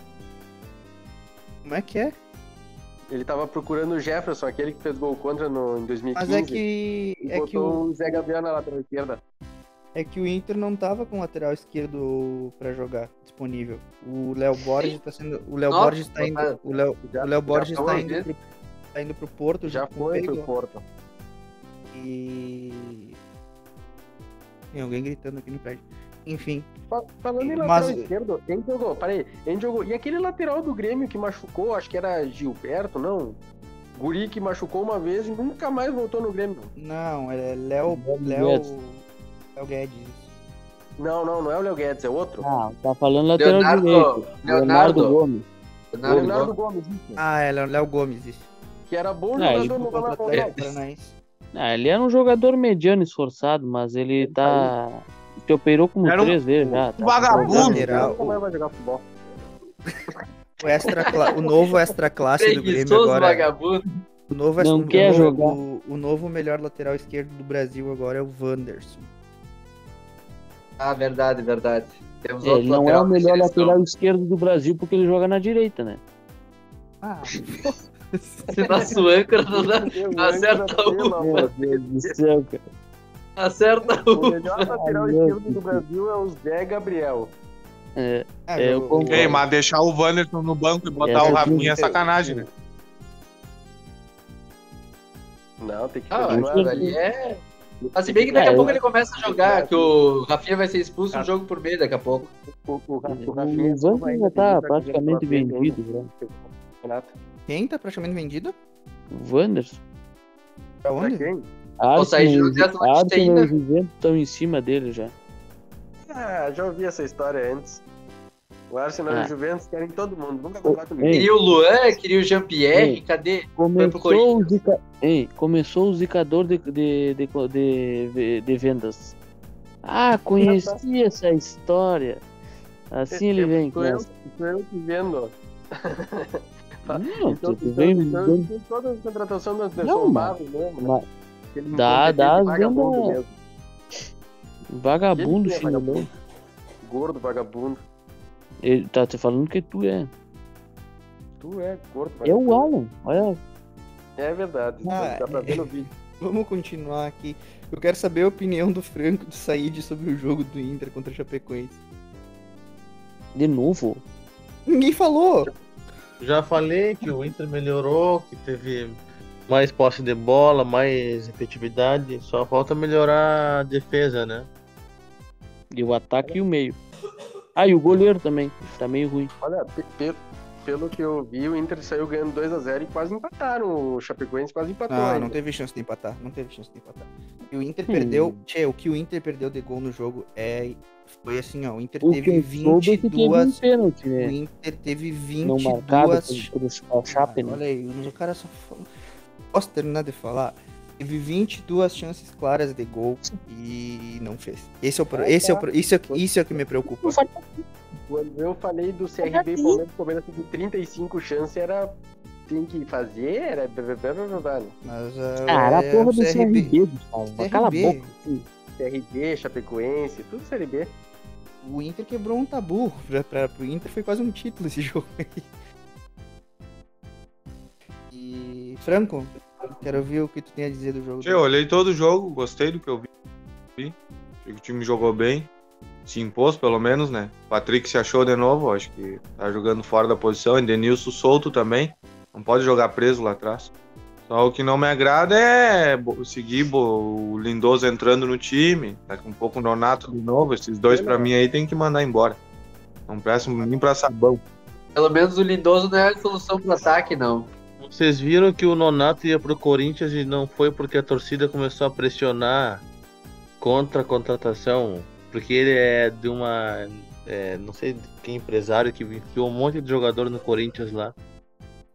Como é que é? Ele tava procurando o Jefferson, aquele que fez gol contra no, em 2015. Mas é que. E É botou que o o Zé Gabriel na lateral esquerda. É que o Inter não tava com o lateral esquerdo pra jogar disponível. O Léo Borges tá sendo, o Léo Nossa, Borges tá indo, tá- o Léo, já- o Léo Borges foi, tá né? indo, pro, tá indo pro Porto Já junto com o foi Bacon pro Porto. e tem alguém gritando aqui no prédio. Enfim, Fa- Falando em Mas- lateral esquerdo, quem jogou? Peraí, quem jogou? E aquele lateral do Grêmio que machucou, acho que era Gilberto, não? Guri que machucou uma vez e nunca mais voltou no Grêmio. não, é Léo, Léo Léo, Guedes. Léo Guedes. isso. Não, não, não é o Léo Guedes, é outro. Ah, tá falando lateral Leonardo, direito. Leonardo, Leonardo Gomes. É o Leonardo Leonardo Gomes, isso. Ah, é Léo, Léo Gomes isso. que era bom Ah, ele jogador no Contra o Botafogo. é, Atlético Paranaense. Ah, ele era um jogador mediano esforçado, mas ele tá. Se operou como Era um- três vezes já. tá? vagabundo. Lateral, Nunca mais vai jogar futebol. O extra, cla- o novo extra classe do Grêmio Preguiçoso agora. é vagabundo. O novo, é Não o quer novo- jogar. O, o novo melhor lateral esquerdo do Brasil agora é o Wanderson. Ah, verdade, verdade. Temos É, outro ele não é lateral o da melhor seleção. lateral esquerdo do Brasil porque ele joga na direita, né? Ah, Nosso âncora não dá- Acerta um, uma. Deus do céu, cara. acerta um. O o. melhor lateral esquerdo do Brasil é o Zé Gabriel. É, ah, É, eu o- concordo. Ei, mas deixar o Wanderson no banco e botar Essa o é Rafinha é dúvida. sacanagem, né? Não, tem que Ah, continuar, mas velho. ali é. Mas se bem que daqui a É, pouco eu- ele começa a jogar, que o Rafinha vai ser expulso Tá. um jogo por meio daqui a pouco. O, o, Ra- o o Rafinha Wanderson já tá é praticamente vendido, né? Renato. Quem tá praticamente vendido? né? O Wanderson. Pra Pra onde? quem? Pô, sair de Arsenal, José Atlético Arsenal ainda. e Juventus estão em cima dele já. Ah, já ouvi essa história antes. O Arsenal e Ah. o Juventus querem todo mundo. Nunca contrata ninguém. Ei, Queria o Luan, queria o Jean-Pierre, Ei. cadê? pro começou, o Corinthians. zica... Ei, começou o zicador de, de, de, de, de- de vendas. Ah, conheci essa história. Assim ele vem com Sou eu, essa. sou eu que vendo. Não, Então, tu então, vem. então, vem- tem toda a contratação do Não, Anderson mas- Barros mesmo, né? mas Aquele dá- incompetente dá as vagabundo vendas- mesmo. Vagabundo, Ele que é filho. Gordo, vagabundo. Ele tá te falando que tu é. Tu é gordo, É o vagabundo. Alan. Olha, É verdade. Ah, dá pra ver no vídeo. Vamos continuar aqui. Eu quero saber a opinião do Franco do Said sobre o jogo do Inter contra o Chapecoense. de novo. Ninguém falou! Já falei que o Inter melhorou, que teve mais posse de bola, mais efetividade. Só falta melhorar a defesa, né? E o ataque e o meio. Ah, e o goleiro também. Tá meio ruim. Olha, pe- pe- pelo que eu vi, o Inter saiu ganhando 2x0 e quase empataram. O Chapecoense quase empatou. Ah, ainda. não teve chance de empatar. Não teve chance de empatar. E o Hum. Inter perdeu. Tchê, o que o Inter perdeu de gol no jogo é. Foi assim, ó. O Inter O teve soube é que teve um 22. pênalti, O né? Inter teve Não marcado 22 pelo pelo Chape, Ah, né? Olha aí, o cara só. fala- Posso terminar de falar? Teve 22 chances claras de gol e não fez. Esse é o, pro... esse é o pro- isso, é... o- isso é o que me preocupa. Quando eu falei do CRB assim- e Palmeiras, o Palmeiras teve 35 chances, era. Tem que fazer, era. blá, blá, blá, blá, blá. Mas, ah, Ah, era a é, porra o do CRB. CRB, Gustavo. Cala a CRB. boca, filho. CRB, Chapecoense, tudo CRB. O Inter quebrou um tabu. Pra, pra, pro Inter foi quase um título esse *laughs* jogo aí. E. Franco, quero ouvir o que tu tem a dizer do jogo. Eu olhei todo o jogo, gostei do que eu vi. vi. Achei que o time jogou bem. Se impôs, pelo menos, né? Patrick se achou de novo, acho que tá jogando fora da posição. E Denilson solto também. Não pode jogar preso lá atrás. Só o que não me agrada é bo- seguir bo- o Lindoso entrando no time. Daqui um pouco o Nonato de novo. Esses dois, pra mim, aí tem que mandar embora. Não prestam nem pra sabão. Pelo menos o Lindoso não é a solução pro ataque, não. Vocês viram que o Nonato ia pro Corinthians e não foi porque a torcida começou a pressionar contra a contratação. Porque ele é de uma. é, não sei de que empresário que enfiou um monte de jogador no Corinthians lá.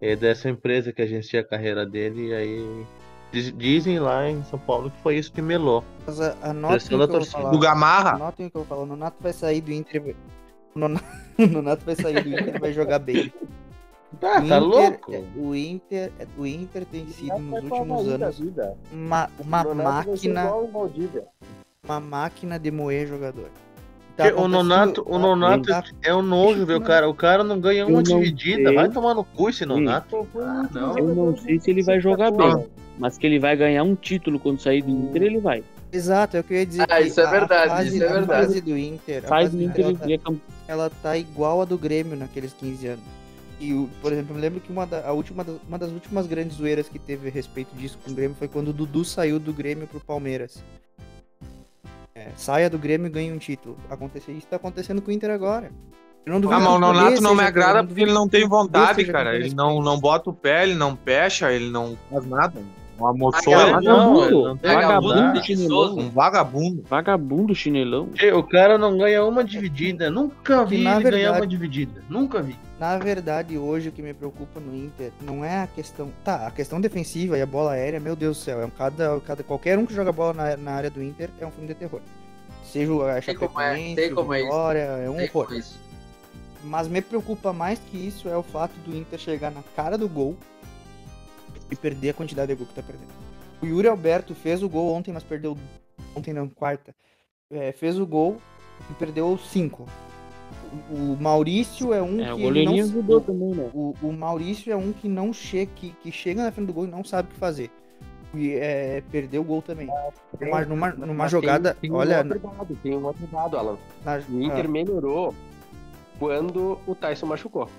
É dessa empresa que agencia a carreira dele. E aí. diz- Dizem lá em São Paulo que foi isso que melou. Mas a- Anotem Pressão o que da eu vou torcida. falar. Do Gamarra. Anotem o que eu vou falar. O Nonato vai sair do Inter. e vai- O Nonato, *laughs* o Nonato vai sair do Inter e vai jogar bem. O Tá, tá Inter- é, é- louco? O Inter, é- o Inter tem sido nos Vai pra últimos Bahia da anos é vida. uma, uma Leonardo vai ser máquina, igual o Valdívia. uma máquina de moer jogador. Porque o Nonato, o Nonato tá- é um nojo, velho, cara. O cara não ganha uma Eu não dividida. sei. Vai tomar no cu esse Nonato. Ah, não. Eu não sei se ele vai jogar bem, mas que ele vai ganhar um título quando sair do Inter, ele vai. Exato, é o que eu ia dizer. Ah, que isso é verdade, isso é A verdade. fase do Inter, a Sai fase do Inter, ela, ele tá, é campeão. ela tá igual a do Grêmio naqueles 15 anos. E, o- por exemplo, eu me lembro que uma, da- a última, da- uma das últimas grandes zoeiras que teve a respeito disso com o Grêmio foi quando o Dudu saiu do Grêmio pro Palmeiras. É, saia do Grêmio e ganha um título. Aconteceu, isso tá acontecendo com o Inter agora. Eu não Ah, duvido mas o que o Kudê Nonato não me seja- eu agrada não porque ele não tem duvido que o Kudê vontade, seja cara. campeão Ele da não, Espanha. não bota o pé, ele não pecha, ele não faz nada. Uma moçola, é cara, não, Vagabundo, não tem vagabundo nada. chinelão. um vagabundo. Vagabundo chinelão. Ei, O cara não ganha uma dividida. Nunca vi que, ele na ganhar verdade- uma dividida. Nunca vi. Na verdade, hoje o que me preocupa no Inter não é a questão. Tá, a questão defensiva e a bola aérea, meu Deus do céu. É um cada, cada, qualquer um que joga bola na, na área do Inter é um filme de terror. Seja o a Sei como é, Chapecoense, sei como é o isso. Vitória, é um Tem horror. como isso. Mas me preocupa mais que isso é o fato do Inter chegar na cara do gol e perder a quantidade de gol que tá perdendo. O Yuri Alberto fez o gol ontem, mas perdeu. Ontem não, quarta. É, fez o gol e perdeu cinco. O o Maurício é um É, o que ele goleirinho não, ajudou também, né? o, o Maurício é um que não chega, que, que chega na frente do gol e não sabe o que fazer. E é, perdeu o gol também. Numa, numa, numa Mas Ah, tem- jogada, tem um olha, Ah. outro dado, tem um outro dado, Alan. na, O Inter melhorou quando o Tyson machucou.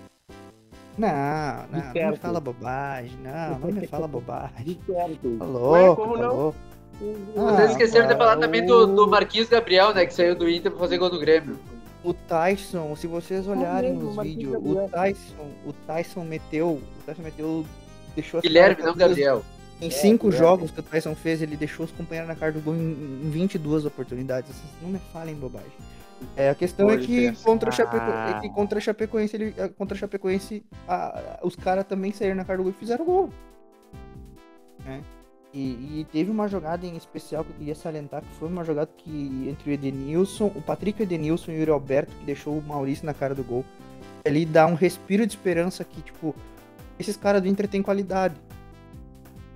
ah, não, não, não me certo. fala bobagem, não, não me fala bobagem. De certo. Tá louco, é como tá não? louco. Vocês Ah, esqueceram de cara, falar também do, do o- Marquinhos Gabriel, né? Que saiu do Inter pra fazer gol no Grêmio. O Tyson, se vocês olharem mesmo, os Marquinhos vídeos, o Gabriel. Tyson, o Tyson meteu, o Tyson meteu, deixou as Guilherme, não caricaturas- Gabriel. Em cinco jogos que o Tyson fez, ele deixou os companheiros na cara do gol em, em 22 oportunidades. Vocês não me falem bobagem. É, a questão é Pode que, ter. contra Ah. o Chapeco... é que contra a Chapecoense, ele... é, contra a Chapecoense a- a- os caras também saíram na cara do gol e fizeram gol. É. E, e teve uma jogada em especial que eu queria salientar, que foi uma jogada que entre o Edenilson, o Patrick Edenilson e o Yuri Alberto, que deixou o Maurício na cara do gol. Ele dá um respiro de esperança que, tipo, esses caras do Inter têm qualidade.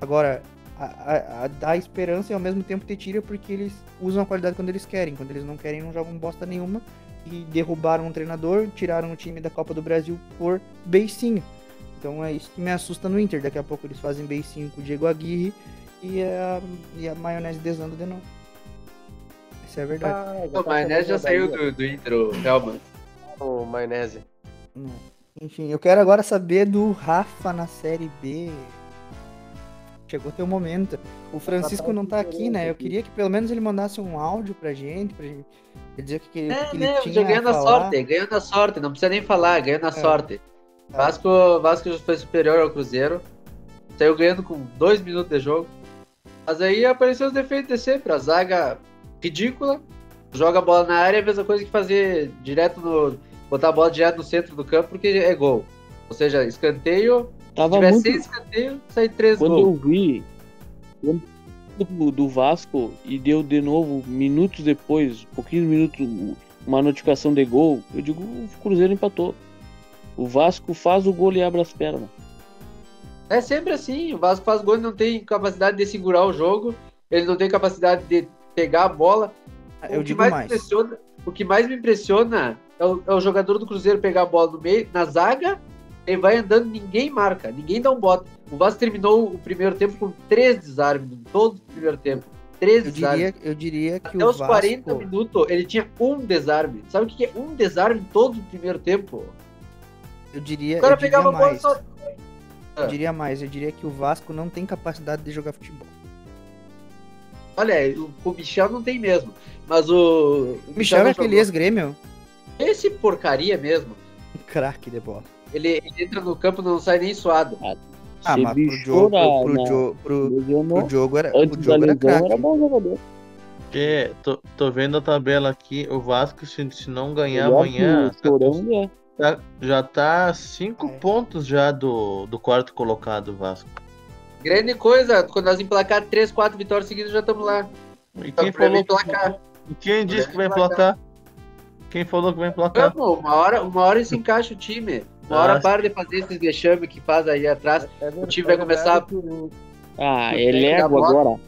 Agora, a, a- a dar esperança e ao mesmo tempo ter tira porque eles usam a qualidade quando eles querem. Quando eles não querem, não jogam bosta nenhuma. E derrubaram um treinador, tiraram o time da Copa do Brasil por beicinho. Então é isso que me assusta no Inter. Daqui a pouco eles fazem beicinho com o Diego Aguirre e a, e a maionese desanda de novo. Essa é a verdade. Ah, tá O Maionese né, já saiu do, do Inter, o Helman. Ô, maionese. Enfim, eu quero agora saber do Rafa na Série B. Chegou teu momento. O Francisco não tá aqui, né? Eu queria que pelo menos ele mandasse um áudio pra gente, pra gente dizer o que, que, o É, que né, ele eu tinha já ganhando a a falar. É. sorte, ganhando a sorte, não precisa nem falar, ganhando a sorte. Vasco, Vasco já foi superior ao Cruzeiro, saiu ganhando com dois minutos de jogo. Mas aí apareceu os defeitos de sempre, a zaga ridícula, joga a bola na área, é a mesma coisa que fazer direto no. botar a bola direto no centro do campo, porque é gol. Ou seja, escanteio, se Tava tiver muito. seis escanteios, sai três Quando gols. eu vi quando- do, do Vasco e deu de novo, minutos depois, pouquinhos minutos, uma notificação de gol, eu digo, o Cruzeiro empatou. O Vasco faz o gol e abre as pernas. É sempre assim, o Vasco faz gol e não tem capacidade de segurar o jogo, ele não tem capacidade de pegar a bola. Ah, Eu o, que digo mais me mais. Impressiona, o que mais me impressiona é o, é o jogador do Cruzeiro pegar a bola no meio, na zaga, ele vai andando, ninguém marca, ninguém dá um bote. O Vasco terminou o primeiro tempo com três desarmes, em todo o primeiro tempo. Três Eu desarmes. diria, eu diria que Até o os Vasco... 40 minutos ele tinha um desarme. Sabe o que que é um desarme em todo o primeiro tempo? Eu diria, O cara eu diria pegava a bola mais. só. Eu diria mais. Eu diria que o Vasco não tem capacidade de jogar futebol. Olha, o, o Michel não tem mesmo. Mas o. o O Michel é não aquele jogou. ex-grêmio. *laughs* Esse porcaria mesmo. Um craque de bola. Ele, ele entra no campo e não sai nem suado. Ah, Se mas pro bichou jogo, na- pro, na- jogo, pro, Lesionou. pro jogo era, Antes o da jogo era lesão era craque. bom jogador. Porque tô, tô vendo a tabela aqui, o Vasco, se, se não ganhar Melhor amanhã, que o Então, Chorão, ele é. tá- já tá 5 É. pontos já do, do quarto colocado o Vasco. Grande coisa, quando nós emplacar 3, 4 vitórias seguidas, já estamos lá. E Tá quem pra mim falou que, emplacar. e quem disse que vai Problema placar? Quem falou que vai placar? Vamos, uma hora, uma hora se encaixa o time. Uma hora Ah. para de fazer esses vexames que faz aí atrás. O time vai começar. Se Ah, Tem que é dar Lego então, bola. agora.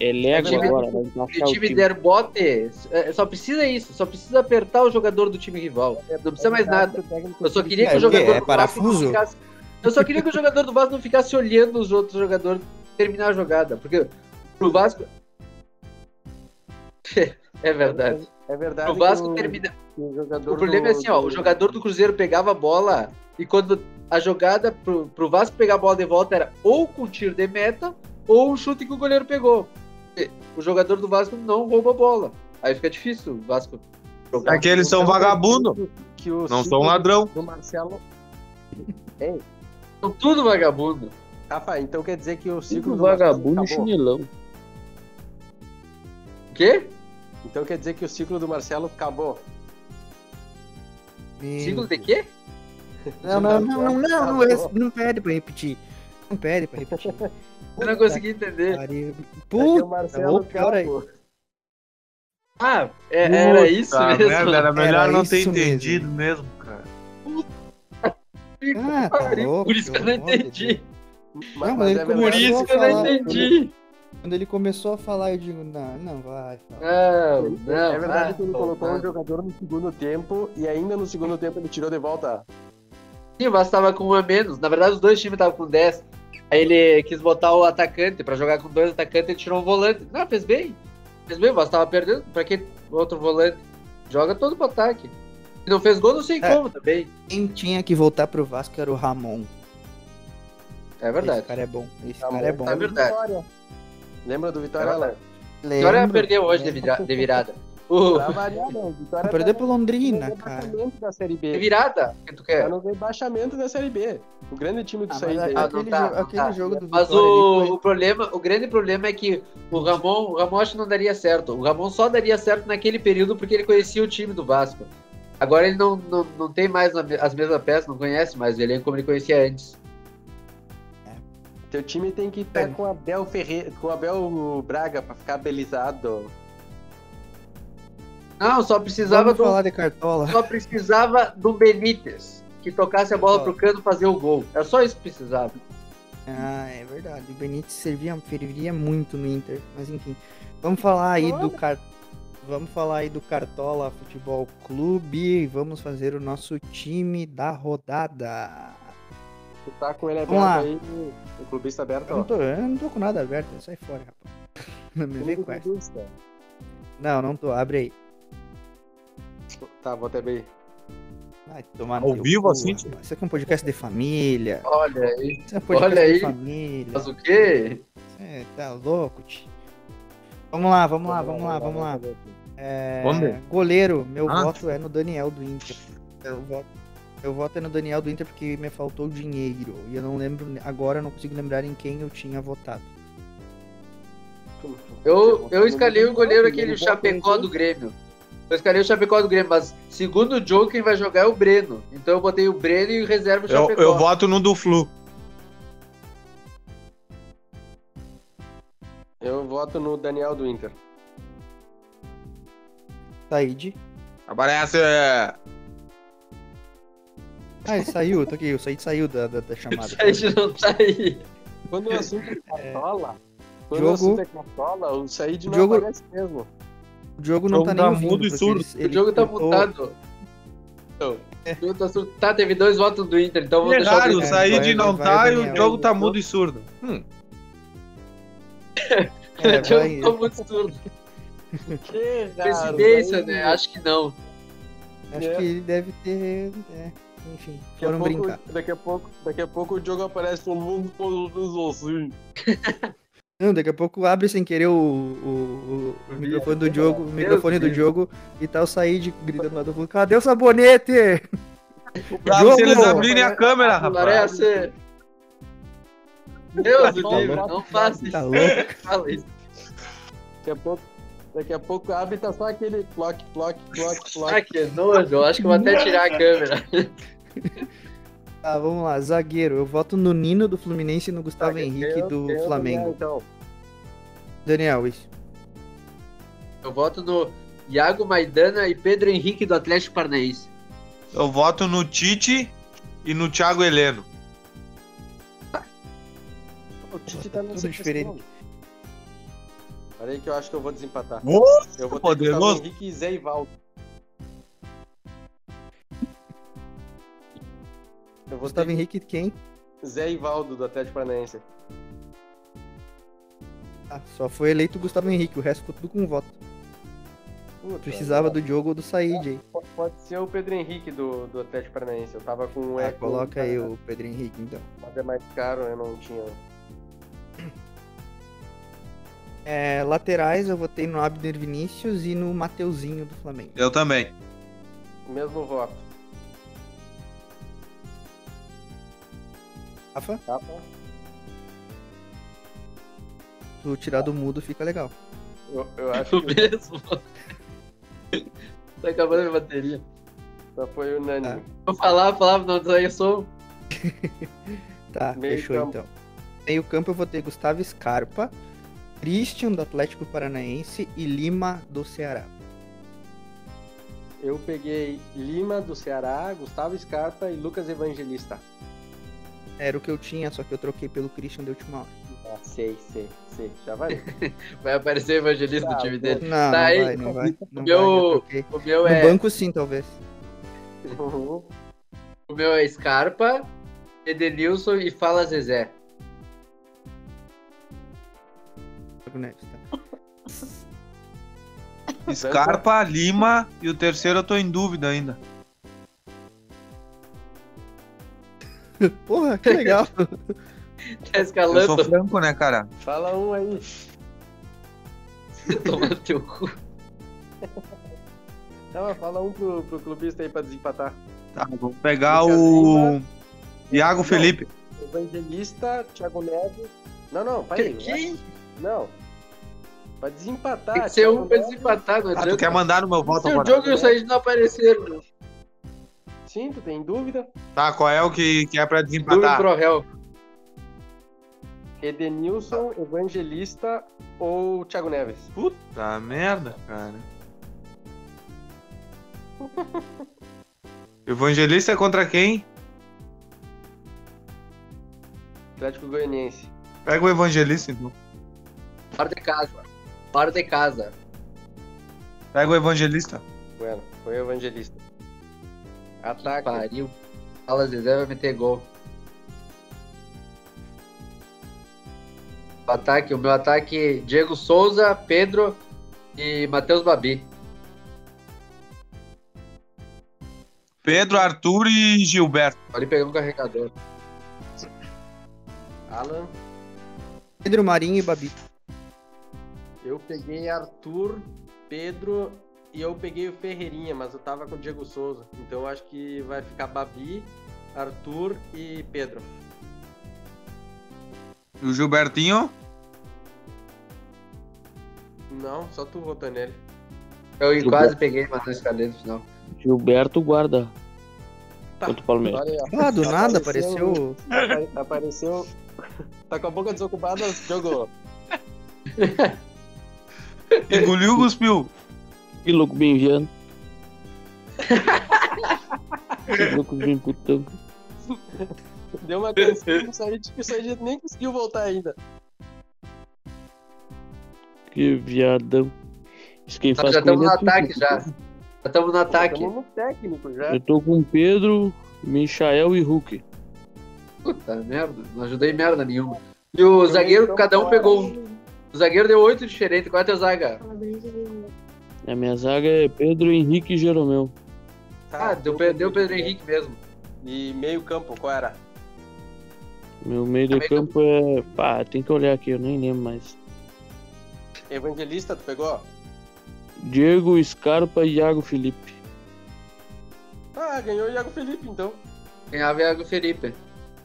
É Lego time- agora. vai encaixar o o time time. der bote, é, só precisa isso, só precisa apertar o jogador do time rival. Não precisa mais nada. Eu só queria que É, o jogador é do Vasco parafuso? não ficasse- Eu só queria que o jogador do Vasco não ficasse olhando os outros jogadores terminar a jogada, porque pro Vasco *laughs* É verdade. É verdade. O Vasco que termina. que O, jogador O problema é assim, ó, o jogador do Cruzeiro pegava a bola e quando a jogada pro, pro Vasco pegar a bola de volta era ou com tiro de meta ou um chute que o goleiro pegou. O jogador do Vasco não rouba a bola. Aí fica difícil o Vasco jogar. É que eles são vagabundo, Então que o não ciclo são ladrão. Do Marcelo. São Então, tudo vagabundo. Rafa, então quer dizer que o ciclo Cinco do Marcelo um vagabundo e acabou. chinelão. Tá. O quê? Então quer dizer que o ciclo do Marcelo acabou. Meu Ciclo de Deus. quê? Não, não, não, não, tá é não, não, não, não pede pra repetir. Não pede pra repetir. *laughs* Eu não consegui entender. Pariu. É que o Puta, Marcelo ô, pior aí. acabou. Ah, é- era isso Puta mesmo. merda, era melhor Era não ter isso mesmo. entendido mesmo, cara. Ah, tá louco, Por isso que eu não pelo amor de entendi. Mas- Não, mas ele é começou Por verdade. isso que eu não entendi. Deus. Quando ele começou a falar, eu digo, não, não vai. fala. Não, não. é verdade ah, que ele pô, colocou não. um jogador no segundo tempo e ainda no segundo tempo ele tirou de volta. Sim, o Vasco tava com um a menos. Na verdade, os dois times estavam com 10. Aí ele quis botar o atacante pra jogar com dois atacantes, ele tirou um volante. Não, fez bem. Fez bem, o Vasco tava perdendo. Pra que outro volante? Joga todo pro ataque. Se não fez gol, não sei É. como também. Quem tinha que voltar pro Vasco era o Ramon. É Esse verdade. cara é bom. Esse Ramon cara é bom. É verdade. Vitória. Lembra do Vitória, É Alan? A Vitória Lembro, perdeu hoje de, lembro. vira- de virada. é O Pra variar, não. Vitória Perdeu tá pro no Londrina, cara. rebaixamento da Série de B. virada que tu Tá quer. no rebaixamento da Série B. O grande time do Ah, Said mas aí. a- aquele tá, jogo- não aquele tá. jogo do Mas Vitória o, ali foi- o problema, o grande problema é que o Ramon, o Ramon acho que não daria certo. O Ramon só daria certo naquele período porque ele conhecia o time do Vasco. Agora ele não, não, não tem mais a me- as mesmas peças, não conhece mais o elenco como ele conhecia antes. Teu time tem que estar com a Bel Ferre... com a Bel Braga pra ficar belizado. Não, só precisava Vamos do, falar de cartola. só precisava do Benítez, que tocasse a bola Ó. pro cano e fazer o gol. É só isso que precisava. Ah, é verdade. O Benítez servia, serviria muito no Inter, mas enfim. Vamos falar aí do car... Vamos falar aí do Cartola Futebol Clube. Vamos fazer o nosso time da rodada. Tu tá com ele aberto Vamos lá. aí, o clubista aberto, Eu não ó. tô, eu não tô com nada aberto, né? sai fora, rapaz. *laughs* Não me vem Comigo, com essa. clubista. Não, não tô, abre aí. Tá, bota bem. Vai tomar Ao teu vivo, cu, assim, rapaz. Isso aqui é um podcast de família. Olha aí. Isso é um podcast Olha de aí. família. Mas o quê? É, tá louco, tio. Vamos lá, vamos lá, vamos lá, vamos lá. É, Vamos ver. Goleiro, meu Ah. voto é no Daniel do Inter. Eu voto, eu voto é no Daniel do Inter porque me faltou dinheiro. E eu não lembro, agora eu não consigo lembrar em quem eu tinha votado. Eu, eu escalei o goleiro aquele Chapecó do Grêmio. Eu escalei o Chapecó do Grêmio, mas segundo o Joe, quem vai jogar é o Breno. Então eu botei o Breno e reserva o Eu, Chapecó. eu voto no do Flu. Eu voto no Daniel do Inter. Said. Aparece! Ah, ele saiu, tô aqui, o Said saiu da, da, da *laughs* chamada. A gente não tá aí. Quando o assunto *laughs* é cartola, quando Jogo- o assunto é cartola, o Said não Jogo- aparece mesmo. O jogo não Jogo tá nem tá ouvindo, mudo e porque surdo. ele- O ele jogo tá cortou. mutado. O jogo tá sur- Tá, teve dois votos do Inter, então eu vou deixar Erraram, né? o o Daniel. Said Vai, não vai, tá e Daniel. o jogo tá mudo e surdo. Hum, É, Eu vai- tô muito surdo. Que Coincidência, né? Acho que não. acho que ele deve ter. é, enfim, Daqui a foram pouco- brincar. Daqui a pouco, daqui a pouco o jogo aparece todo mundo todos assim. Não, daqui a pouco abre sem querer o, o- o- o microfone do jogo, o microfone do jogo e tá o Said gritando lá do fundo, cadê o sabonete? Bravo se eles Jogo! abrirem a câmera, rapaz. Parece. Deus do livre, não faça Tá isso. louco? Fala isso. Daqui a pouco, daqui a pouco abre e tá só aquele ploc, ploc, ploc, *laughs* ploc. Ah, que nojo. Eu acho que eu vou até tirar a câmera. Tá, vamos lá, zagueiro. Eu voto no Nino do Fluminense e no Gustavo Zagueiro, Henrique do Daniel, Flamengo. Então, Daniel, isso. Eu voto no Iago Maidana e Pedro Henrique do Atlético Paranaense. Eu voto no Tite e no Thiago Heleno. o Tite tá Tudo nessa diferente. questão. Peraí que eu acho que eu vou desempatar. Nossa, Tá Eu vou ter poderoso. Gustavo Henrique, Zé e Valdo. Eu vou Gustavo ter Henrique, quem? Zé e Valdo do Atlético Paranaense. Ah, só foi eleito o Gustavo Henrique, o resto ficou tudo com voto. Puta, Precisava do Diogo ou do Said aí. po- Pode ser o Pedro Henrique do, do Atlético Paranaense. Eu tava com um Ah, eco, coloca aí o Pedro Henrique, então. Mas é mais caro, eu não tinha. É, laterais, eu votei no Abner Vinícius e no Mateuzinho do Flamengo. Eu também. Mesmo voto. Rafa, Tá bom. tu tirar do mudo fica legal. Eu, *laughs* eu acho Tu que mesmo? tá acabando a minha bateria. só foi unânime. Eu falava, falava, não saía som. Tá, Meio fechou campo. então. Meio campo eu vou ter Gustavo Scarpa, Christian do Atlético Paranaense e Lima do Ceará. Eu peguei Lima do Ceará, Gustavo Scarpa e Lucas Evangelista. Era o que eu tinha, só que eu troquei pelo Christian da última hora. Ah, sei, sei, sei. Já *laughs* vai. Ah. Vai aparecer o evangelista no Tá, time bom. dele. Não, Tá não aí, vai, não vai. Não meu- vai, eu troquei. O meu No é, banco sim, talvez. Uhum. o meu é Scarpa, Edenilson e Fala Zezé. Thiago Neves, tá. Scarpa, Lima e o terceiro eu tô em dúvida ainda. Porra, que legal. Tá Eu sou escalando, franco, né, cara? Fala um aí. tomando teu cu. Não, fala um pro, pro clubista aí pra desempatar. Tá, vou pegar Lucas o. Iago Felipe. Evangelista, Thiago Neves. Não, não, peraí. Quem? Não. Pra desempatar. Tem que ser um Thiago pra Neves- desempatar, não Ah, tu adianta. quer mandar no meu voto Se o agora? jogo e o Said não Ah, apareceram, meu. Sim, tu tem dúvida? Tá, qual é o que, que é pra Dúvida desempatar? pro réu. Edenilson, Evangelista ou Thiago Neves? Puta Tá, merda, cara. *laughs* Evangelista é contra quem? Atlético Goianiense. Pega o Evangelista, então. Fora de casa. Fora de casa. Pega o Evangelista. Bueno, foi o Evangelista. Que Ataque. pariu. Fala, Zezé vai meter gol. O ataque, o meu ataque, Diego Souza, Pedro e Matheus Babi. Pedro, Arthur e Gilberto. Ali pegando o um carregador. Alan, Pedro Marinho e Babi. eu peguei Arthur, Pedro e eu peguei o Ferreirinha, mas eu tava com o Diego Souza. Então eu acho que vai ficar Babi, Arthur e Pedro. E o Gilbertinho? *laughs* Não, só tu votou nele. Eu Gilberto. quase peguei Matheus Calê no final. Gilberto guarda Tá. contra o Palmeiras. Olha aí, Ah, do nada Apareceu- apareceu. ó. apareceu. *laughs* Tá com a boca desocupada, jogou. Engoliu, cuspiu. Que louco bem viando. *laughs* Que louco bem putão. Deu uma canseira, o Said o Said nem conseguiu voltar ainda. Que viadão. Isso quem Nós faz já com estamos no ele é tu, ataque pô. já. né? Já estamos no Tá ataque. Tamo no técnico já. Eu tô com Pedro, Michael e Hulk. Puta merda, não ajudei merda nenhuma. E o zagueiro, cada um pegou. um. O zagueiro deu oito diferentes, qual é a tua zaga? A minha zaga é Pedro, Henrique e Jeromel. Ah, deu, pe- deu o Pedro Henrique mesmo. E meio campo, qual era? Meu meio de Também tô- campo é. Pá, tem que olhar aqui, eu nem lembro mais. Evangelista, tu pegou? Diego, Scarpa e Iago Felipe. Ah, ganhou o Iago Felipe, então. Ganhava o Iago Felipe.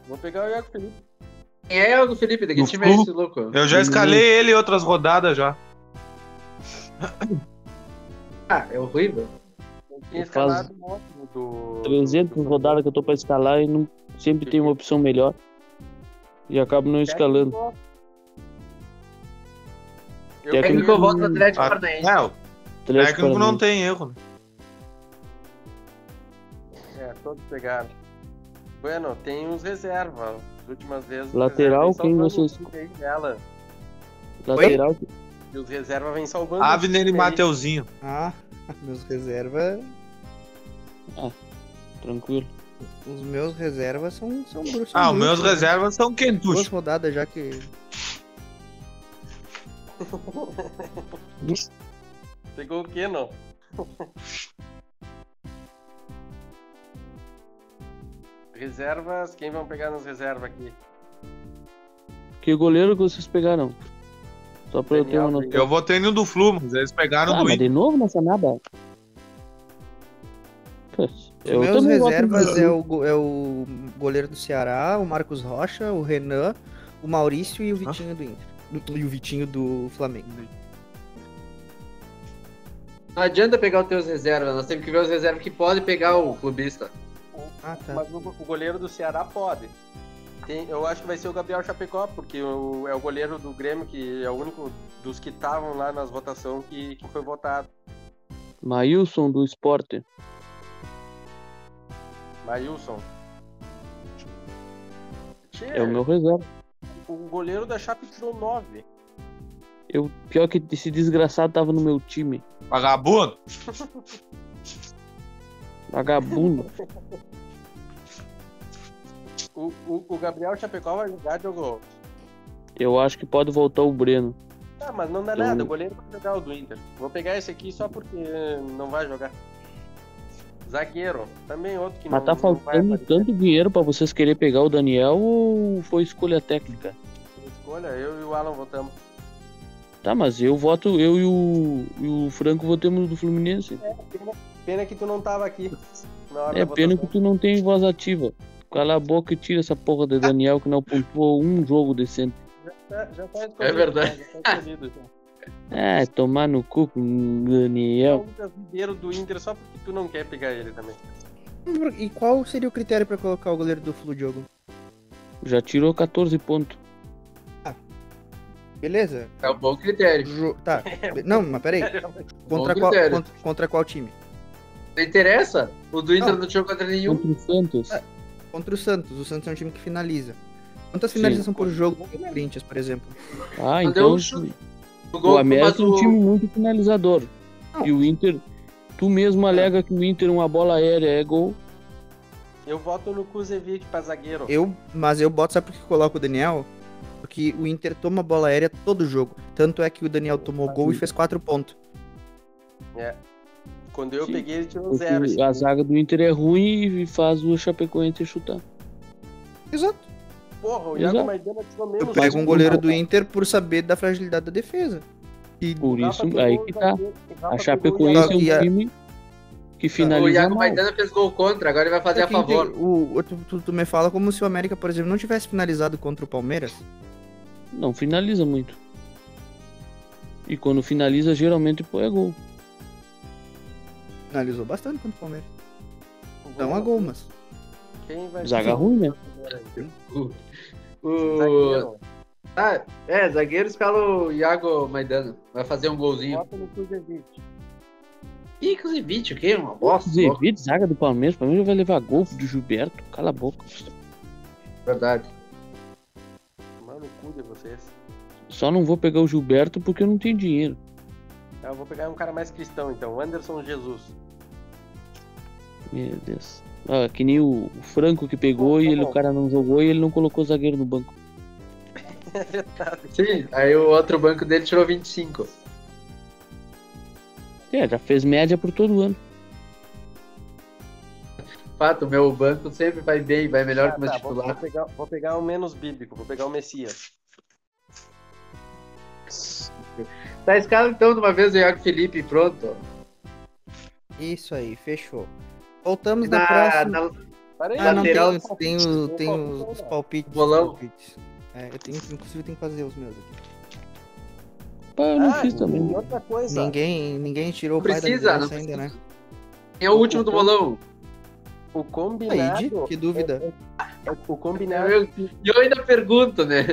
Vou pegar o Iago Felipe. Quem é o Iago Felipe? De que No time é cu. esse louco? Eu já escalei ele outras rodadas já. Ah, é horrível. Eu tinha Tu faz escalado o outro do. 300 do- rodadas que eu tô pra escalar e não... sempre tem uma opção melhor. E acabo não escalando. É Eu Técnico- peguei- Técnico É eu voto no Atlético Ah, Paranaense. É, o Atlético técnico não Paranaense. tem erro, né? É, todos pegaram. Bueno, tem uns reserva. As últimas vezes. os Lateral, reserva vem quem salvando vocês- o time aí dela. Lateral, E os reserva vem salvando. o Avner e time aí. Mateuzinho. Ah, *laughs* meus reservas. tranquilo. Os meus reservas são, são bruxos. Ah, os meus né? reservas são Duas Kentush. rodadas já que. Pegou o quê, não? *laughs* Reservas, quem vão pegar nas reservas aqui? Que goleiro que vocês pegaram? Só pra eu ter uma Daniel, noção. Eu votei no do Flu, mas eles pegaram Ah, do mas Inter. de novo nessa nada? Puts, Os eu meus também voto reservas no- é o, go- é o goleiro do Ceará, o Marcos Rocha, o Renan, o Maurício e o Vitinho do Inter. Do- E o Vitinho do Flamengo. Não adianta pegar os teus reservas, nós temos que ver os reservas que podem pegar o clubista. Ah, tá. Mas o, o goleiro do Ceará pode. Tem- eu acho que vai ser o Gabriel Chapecó, porque o- é o goleiro do Grêmio que é o único dos que estavam lá nas votações que, que foi votado. Maílson do Esporte. Maílson. Tchê, É o meu reserva. o goleiro da Chape tirou 9. Eu, pior que esse desgraçado tava no meu time. Vagabundo. *laughs* Vagabundo. O, o- o Gabriel Chapecó vai jogar, jogou. eu acho que pode voltar o Breno. Ah, mas não dá Então- nada, o goleiro vai jogar o do Inter. Vou pegar esse aqui só porque eh, não vai jogar. Zagueiro, também outro que Mas não, tá não vai faltando aparecer. tanto dinheiro pra vocês querer pegar o Daniel ou foi escolha técnica? Escolha, eu e o Alan votamos. Tá, mas eu voto, eu e o, e o Franco votamos do Fluminense. Pena que tu não tava aqui. Na hora É da pena que votação. tu não tem voz ativa. Cala a boca e tira essa porra do Daniel que não pontuou um jogo decente. Já, já tá escolhido, É verdade. Já tá escolhido, *laughs* já. É, tomar no cu com o Daniel. Lucas Ribeiro do Inter só porque tu não quer pegar ele também. E qual seria o critério pra colocar o goleiro do Flu, Diogo? Já tirou 14 pontos. Beleza? É um bom critério. Ju- Tá. Não, mas peraí. Contra Bom qual, critério. contra, contra qual time? Não interessa. O do Inter Não. não, tinha contra nenhum. Contra o Santos. Contra o Santos. O Santos é um time que finaliza. Quantas finalizações por jogo tem o Corinthians, por exemplo? Ah, Mas então eu chuto. O o gol América é um o- time muito finalizador. Não. E o Inter, tu mesmo alega que o Inter uma bola aérea é gol. Eu voto no Kuzevic pra zagueiro. Eu, mas eu boto, sabe por que eu coloco o Daniel? Porque o Inter toma bola aérea todo jogo. Tanto é que o Daniel tomou gol e fez quatro pontos. Quando eu Sim. peguei, ele tirou Porque Um zero. assim. a zaga do Inter é ruim e faz o Chapecoense chutar. Exato. Porra, o Exato. Iago Maidana tirou Eu menos. pego um um goleiro do Inter por saber da fragilidade da defesa. E Por Rafa isso, pegou aí um que tá. zagueiro, Rafa A pegou Chapecoense é E um a- time que O finaliza Iago mal. É Maidana fez gol contra, agora ele vai Só fazer é a é que o favor. Inter- o- o- tu, tu- tu me fala como se o América, por exemplo, não tivesse finalizado contra o Palmeiras. Não finaliza muito. E quando finaliza, geralmente pô, é gol. Finalizou bastante contra o Palmeiras. um Então a gol, mas. Quem vai Zaga ruim, né? é? O... Zagueiro. Ah, é, zagueiro escala o Iago Maidana. Vai fazer um golzinho. Bota no Kuzevic. Ih, Kuzivic, o quê? Uma bosta. louco. Zevito, zaga do Palmeiras, o Palmeiras vai levar gol do Gilberto. Cala a boca. Verdade. Mano, o cu de vocês. Só não vou pegar o Gilberto porque eu não tenho dinheiro. Ah, Eu vou pegar um cara mais cristão, então. Anderson Jesus. Meu Deus. Ah, que nem o o Franco que pegou e ele, o cara não jogou e ele não colocou o zagueiro no banco. Sim, aí o outro banco dele tirou 25. É, já fez média por todo ano. Fato, o meu banco sempre vai bem, vai melhor Ah, que o meu tá, vou, vou titular. pegar, vou pegar o menos bíblico, vou pegar o Messias. Tá escala então de uma vez o Iago Felipe e pronto. Isso aí, fechou. Voltamos na, Na, próxima. na, Para aí, Ah, não, tem, lateral os- tem, os, tem os, os palpites. Bolão. palpites. É, eu tenho, inclusive, tenho que fazer os meus aqui. Pá, eu não fiz também. Ah, e outra coisa. Ninguém, ninguém tirou o pai Precisa, da não liderança ainda, né? é o último do bolão. O combinado. Aí, de- que É, dúvida. O né? combinado. Eu, e eu ainda pergunto, né?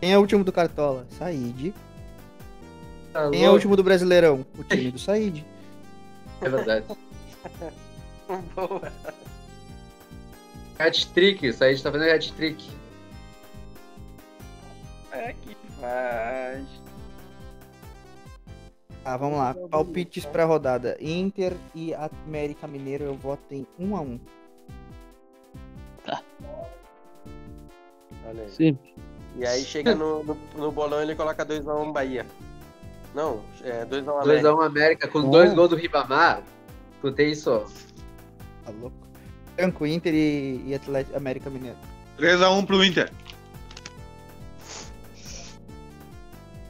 Quem é o último do Cartola? Said. Tá Quem é o louco. último do Brasileirão? *laughs* O time do Said. É *laughs* verdade. Boa. Hat-trick, isso aí a gente tá fazendo hat-trick. É que faz. Tá, vamos lá. Palpites pra rodada. Inter e América Mineiro, eu voto em 1 a 1 Olha aí. Sim. E aí chega no, no, no bolão ele coloca 2x1 Bahia. Não, é 2x1 América. 2x1 América com Tá Bom. dois gols do Ribamar. Escutei isso, ó. Tá louco? Franco, Inter e, e Atlético América Mineiro. 3x1 pro Inter.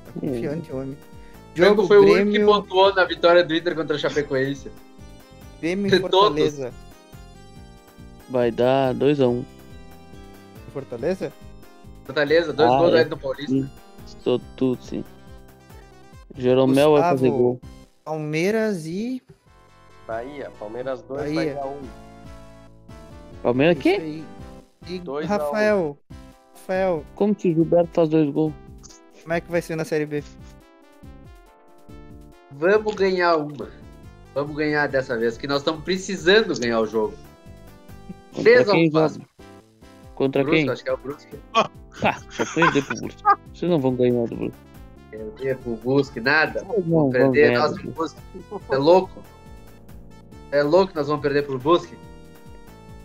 Tá Hum. confiante, homem. Jogo Jogo foi o único que Grêmio, pontuou na vitória do Inter contra a Chapecoense. Grêmio e Todos. Fortaleza. Vai dar 2x1. Um. Fortaleza? Fortaleza, dois Ah, gols do é. Edno Paulista. Estou tudo sim. Jeromel vai fazer Gustavo. gol. Palmeiras e. Bahia, Palmeiras 2, Bahia. Bahia 1. Palmeiras, Isso quê? aí. E Dois a um. Rafael. Rafael, Como que o Gilberto faz dois gols? como é que vai ser na Série B? Vamos ganhar uma. Vamos ganhar dessa vez, que nós estamos precisando ganhar o jogo. Contra Três a um quem Vasco. joga? Contra Brusque, quem? acho que é o Brusque. Ah, só perder pro Brusque. Vocês não vão ganhar do Brusque. Perder pro É, Brusque, nada. Vocês Não vão Perder, ganhar nós do pro Brusque. Brusque. É louco. É louco que nós vamos perder pro Brusque.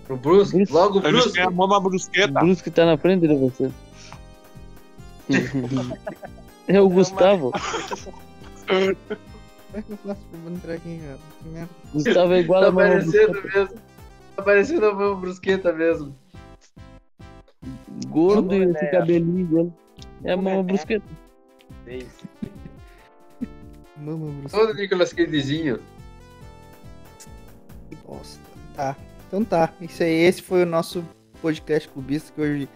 Pro Brusque. Brusque. Logo o Eles Brusque. ganham uma O brusqueta. Brusque tá na frente de você. é o Gustavo. Como é que eu faço pra entrar aqui, cara? Que merda. Gustavo é igual Tá a Manuel parecendo mesmo. Tá parecendo a mão brusqueta mesmo. Brusqueta. gordo e esse cabelinho dele. É a Manuel Brusqueta. Mama, Bruce. Todo Nicolas Cagezinho. Que bosta. Tá. Então tá. Isso aí, esse foi o nosso podcast clubista que hoje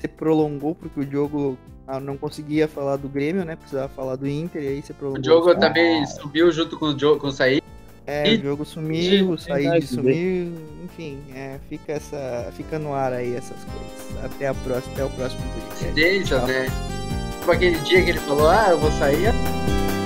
se prolongou porque o Diogo ah, não conseguia falar do Grêmio, né? Precisava falar do Inter e aí se prolongou. O Diogo tá também subiu junto com o, Diogo, com o Saí. É, o Diogo sumiu, o Said verdade, sumiu, enfim, é, fica, essa, fica no ar aí essas coisas. Até, a próxima, até o próximo podcast. Coincidência, Tchau. né? Tipo aquele dia que ele falou, ah, eu vou sair. ah,